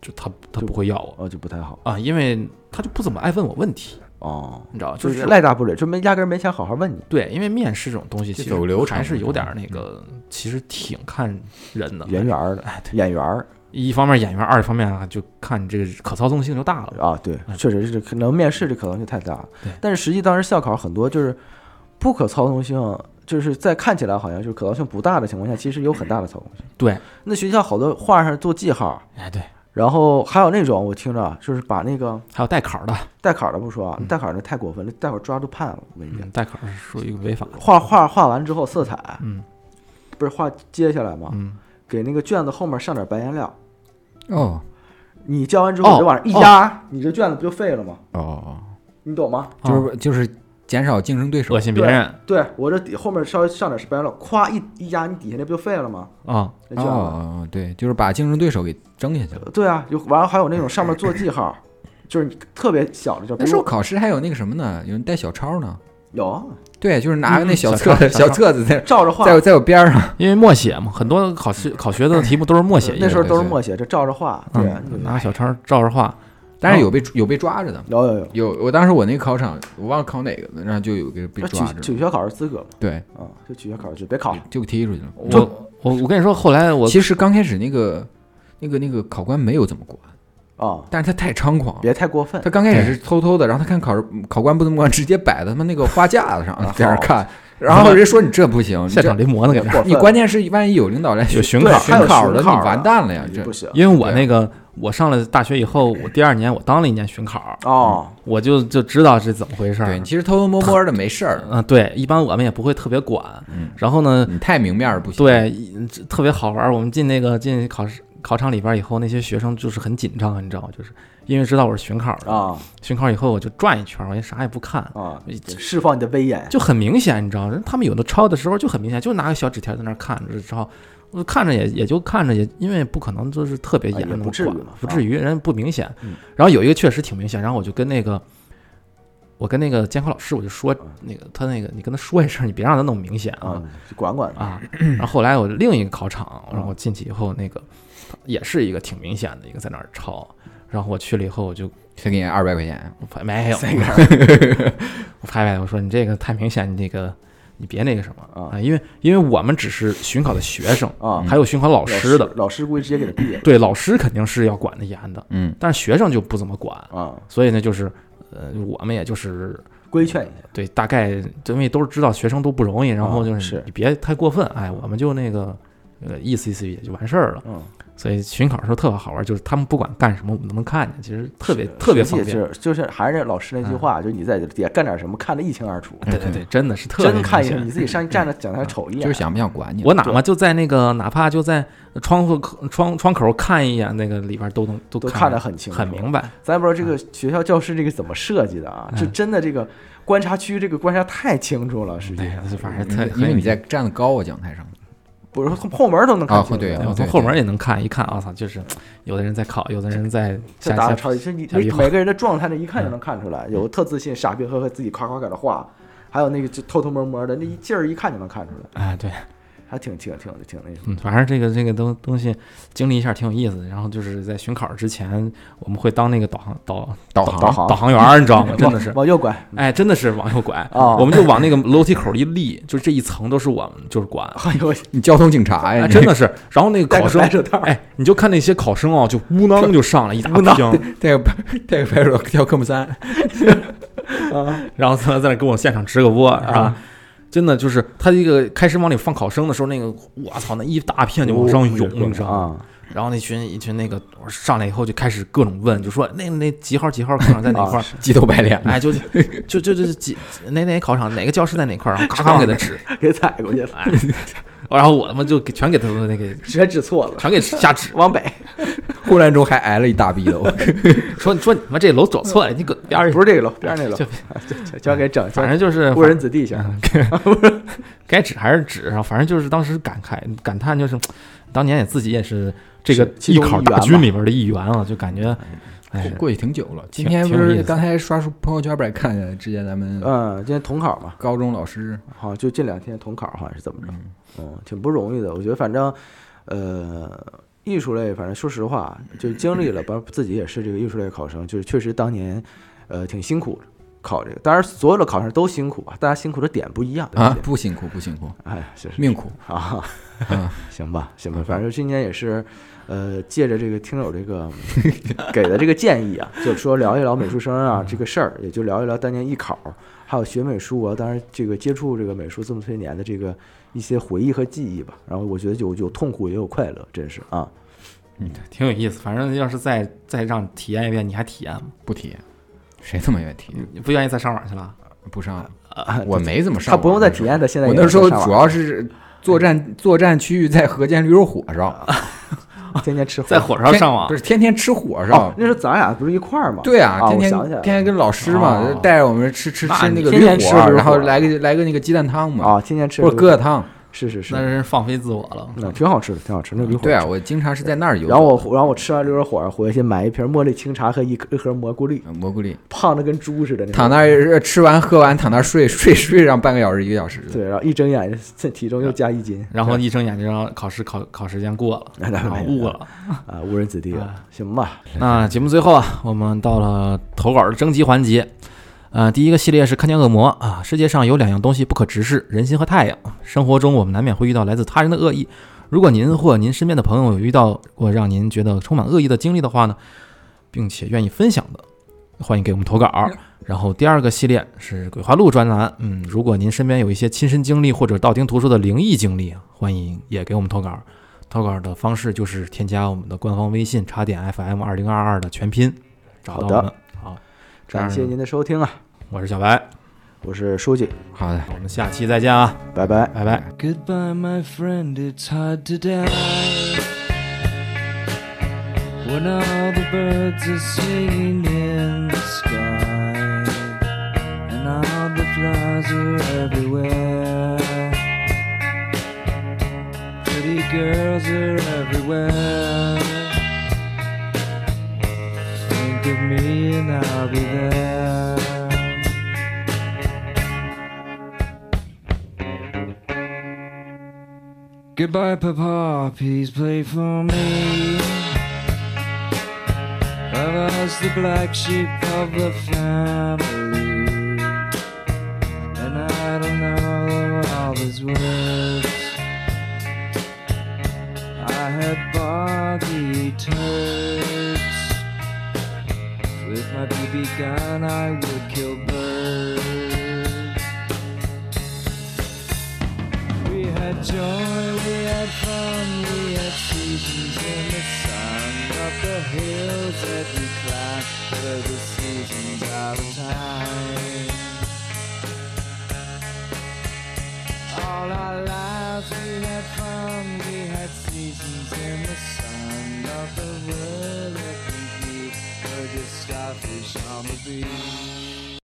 就他他就不会要我哦，就不太好啊，因为他就不怎么爱问我问题，哦，你知道，就就是是赖大不理，就没压根儿没想好好问你。对，因为面试这种东西其实走流程还是有点那个，其实挺看人的，嗯人缘儿哎的，演员儿一方面演员，二方面啊就看你这个可操纵性就大了。啊，对，确实是可能面试这可能性太大了嗯对。但是实际当时校考很多就是不可操纵性，就是在看起来好像就是可操性不大的情况下，其实有很大的操纵性。对，那学校好多画上做记号，哎，对，然后还有那种我听着啊就是把那个还有带坎儿的，带坎儿的不说啊，带坎儿的太过分了，带会儿抓住判了。我跟你讲，嗯，带坎儿是属于违法的。画画画完之后，色彩嗯不是画揭下来吗？嗯，给那个卷子后面上点白颜料，哦你交哦完之后你就往上一压，你这卷子不就废了吗？哦，你懂吗？啊哦就是就是减少竞争对手恶，心别人啊、对我这底后面稍微上点白颜料，咵一一压，你底下那不就废了吗？那哦卷子。哦，对，就是把竞争对手给争下去了。对啊，有完了还有那种上面做记号，就是你特别小的，就那比时候如考试还有那个什么呢？有人带小抄呢。有啊对，就是拿个那嗯小小抄册子，小 小抄册子在照着画在，我在我边儿上。因为默写嘛，很多考试考学的题目都是默写一那个。时候都是默写，这照着画，对啊，嗯，拿小抄照着画，但是有被有被抓着的，有有有，有我当时我那个考场，我忘了考哪个了，然后就有个被这抓取着取了，学考试资格嘛，对，啊，就取学考试资格，别考了。就踢出去了。就我我我跟你说，后来我其实刚开始那个那个那个考官没有怎么管，啊，但是他太猖狂了。别太过分。他刚开始是偷偷的，然后他看考考官不怎么管，直接摆到他们那个花架子上啊在那儿好看，然后人家说你这不行，你现场这临摹呢，给过人。分你关键是万一有领导来有巡对考，还有巡考的考你完蛋了呀你这不行因为我对那个我上了大学以后，我第二年我当了一年巡考，哦，我就就知道是怎么回事儿对，你。其实偷偷摸摸的没事儿，嗯，对，一般我们也不会特别管。嗯然后呢，你太明面儿不行。，对，一这特别好玩儿。我们进那个进考试考场里边儿以后，那些学生就是很紧张，你知道吗？就是因为知道我是巡考的，啊巡考以后我就转一圈儿，我也啥也不看，啊一，释放你的威严。就很明显，你知道吗？他们有的抄的时候就很明显，就拿个小纸条在那儿看着抄，我看着也也就看着也，因为不可能就是特别啊严也那么不至于管嘛不啊至于，人不明显嗯。然后有一个确实挺明显，然后我就跟那个我跟那个监考老师我就说嗯那个他那个你跟他说一声，你别让他弄明显啊啊，就管管啊。然后后来我另一个考场，然后我进去以后，那个也是一个挺明显的一个在那儿抄。然后我去了以后，我就先给你二百块钱，我拍没有， 我拍拍我说你这个太明显，你这个你别那个什么啊因为因为我们只是巡考的学生，啊，嗯还有巡考老师的，老师估计直接给他毙了对老师肯定是要管的严的，嗯，但是学生就不怎么管，啊，所以呢就是呃我们也就是规劝一下，对，大概因为都是知道学生都不容易，然后就啊是是你别太过分，哎，我们就那个呃意思意思也就完事儿了。嗯，所以巡考的时候特好玩，就是他们不管干什么，我们都能看见，其实特别特别实际方便。嗯是就是还是那老师那句话，就你在底下干点什么，看得一清二楚，对对对，真的是特别嗯真看一明显嗯清，你自己上去站着讲台瞅一眼，就是想不想管你？我哪怕就在那个，哪怕就在窗户口窗窗口看一眼，那个里边都能都都看看得很清楚，很明白。咱也不知道这个学校教室这个怎么设计的啊，嗯这真的这个观察区这个观察太清楚了，实际哎呀上，这反正因特为因为你在站得高啊，讲台上，不是从后门都能啊看清对啊哦对我楚。从后门也能看，一看，我操，就是有的人在考，有的人在这下打下的超级，这你下一号每个人的状态，这一看嗯就能看出来。有的特自信，傻逼呵呵，自己夸夸搁那画，还有那个就偷偷摸摸的，那一劲儿一看就能看出来，哎，对，还挺挺挺挺那什么。嗯，反正这个这个东东西经历一下挺有意思的。然后就是在巡考之前，我们会当那个导航导导导航航导航员儿，你知道 吗？真的是往，往右拐，哎，真的是往右拐，哦 我们就往那个楼梯口一立，就这一层都是我们就是管，哎呦，你交通警察呀，哎，你真的是。然后那个戴考个生白，手套，哎，你就看那些考生啊，就乌囊就上来一大瓶，带个带个白手跳科目三，然后在在那给我现场直个播，啊是吧？真的就是他这个开始往里放考生的时候，那个我操，那一大片就往哦上涌，你知道吗？啊，然后那群一群那个上来以后就开始各种问，就说那那几号几号考场在 哪块儿？鸡头白脸，哎，就就就就几哪哪考场哪个教室在哪块儿？然后咔咔给他指，给踩过去了，哎，然后我他妈就给全给他那个直接指错了，全给瞎指，往北，混乱中还挨了一大逼头。说你说你们这楼走错了，你搁边儿去不。是这个楼，边上那楼哎就，就就给整，反正就是误人子弟一下。 该指还是指，然后反正就是当时感慨感叹，就是当年也自己也是这个是其艺中考一员大吧军里边的一员啊，就感觉哎过过去挺久了，今挺天不挺有意是思刚才刷出朋友圈不也看见之前咱们嗯，今天统考嘛，高中老师，好像就这两天统考，好像是怎么着，嗯，挺不容易的。我觉得反正，呃，艺术类，反正说实话，就是经历了，包括自己也是这个艺术类考生，就是确实当年，呃，挺辛苦的考这个。当然，所有的考生都辛苦啊，大家辛苦的点不一样啊，不辛苦不辛苦，哎，是是命苦。啊 嗯，行吧，行吧，反正今年也是，呃，借着这个听友这 个给的这个建议啊，就说聊一聊美术生啊这个事儿，也就聊一聊当年艺考，还有学美术啊，当然这个接触这个美术这么些年的这个一些回忆和记忆吧。然后我觉得有有痛苦也有快乐，真是啊，挺有意思。反正要是再再让你体验一遍，你还体验吗？不体验，谁他妈愿意体验？你不愿意再上网去了？不上，呃我没怎么上啊 他网。不用再体验，他现在我也那时候上网主要是作战作战区域在河间驴肉火烧，天天吃在火火车上上天网不？是天天吃火哦烧，。那时候咱俩不是一块儿吗？对啊，天我天想起来天天了跟老师嘛哦，带着我们吃吃那吃你那个天驴天吃驴火，火然后来个来个那个鸡蛋汤嘛，啊，天天吃或者疙瘩汤。是是是那，是放飞自我了。嗯，挺好吃的，挺好吃，那驴火对啊，我经常是在那儿游。然后我，然后我吃完溜热火儿回去买一瓶茉莉清茶和一颗一盒蘑菇绿，蘑菇粒，胖的跟猪似的那种躺那儿呃吃完喝完，躺那儿睡睡睡上半个小时一个小时。对，然后一睁眼这体重又加一斤然后一睁眼就让考试考考时间过了，那然后没悟了。啊，误人子弟了，行吧？那节目最后啊，我们到了投稿的征集环节。呃，第一个系列是看见恶魔啊。世界上有两样东西不可直视，人心和太阳。生活中我们难免会遇到来自他人的恶意。如果您或您身边的朋友有遇到过让您觉得充满恶意的经历的话呢，并且愿意分享的，欢迎给我们投稿。然后第二个系列是鬼话录专栏，嗯，如果您身边有一些亲身经历或者道听途说的灵异经历，啊欢迎也给我们投稿。投稿的方式就是添加我们的官方微信“叉点 FM 二零二二”的全拼，找到我好们。好，这样感谢您的收听啊，我是小白，我是书记，好的，我们下期再见啊，拜拜。拜拜。 Goodbye, my friend, it's hard to die. When all the birds are singing in the sky, and all the flowers are everywhere, pretty girls are everywhere. Think of me and I'll be there. Goodbye, Papa. Please play for me. Papa's the black sheep of the family, and I don't know all his words. I had body turds. With my BB gun, I would kill birds. We had joy, we had fun, we had seasons in the sun. Up the hills that we climbed, were the seasons out of time. All our lives we had fun, we had seasons in the sun. Of the world that we keep, were just starfish on the beach.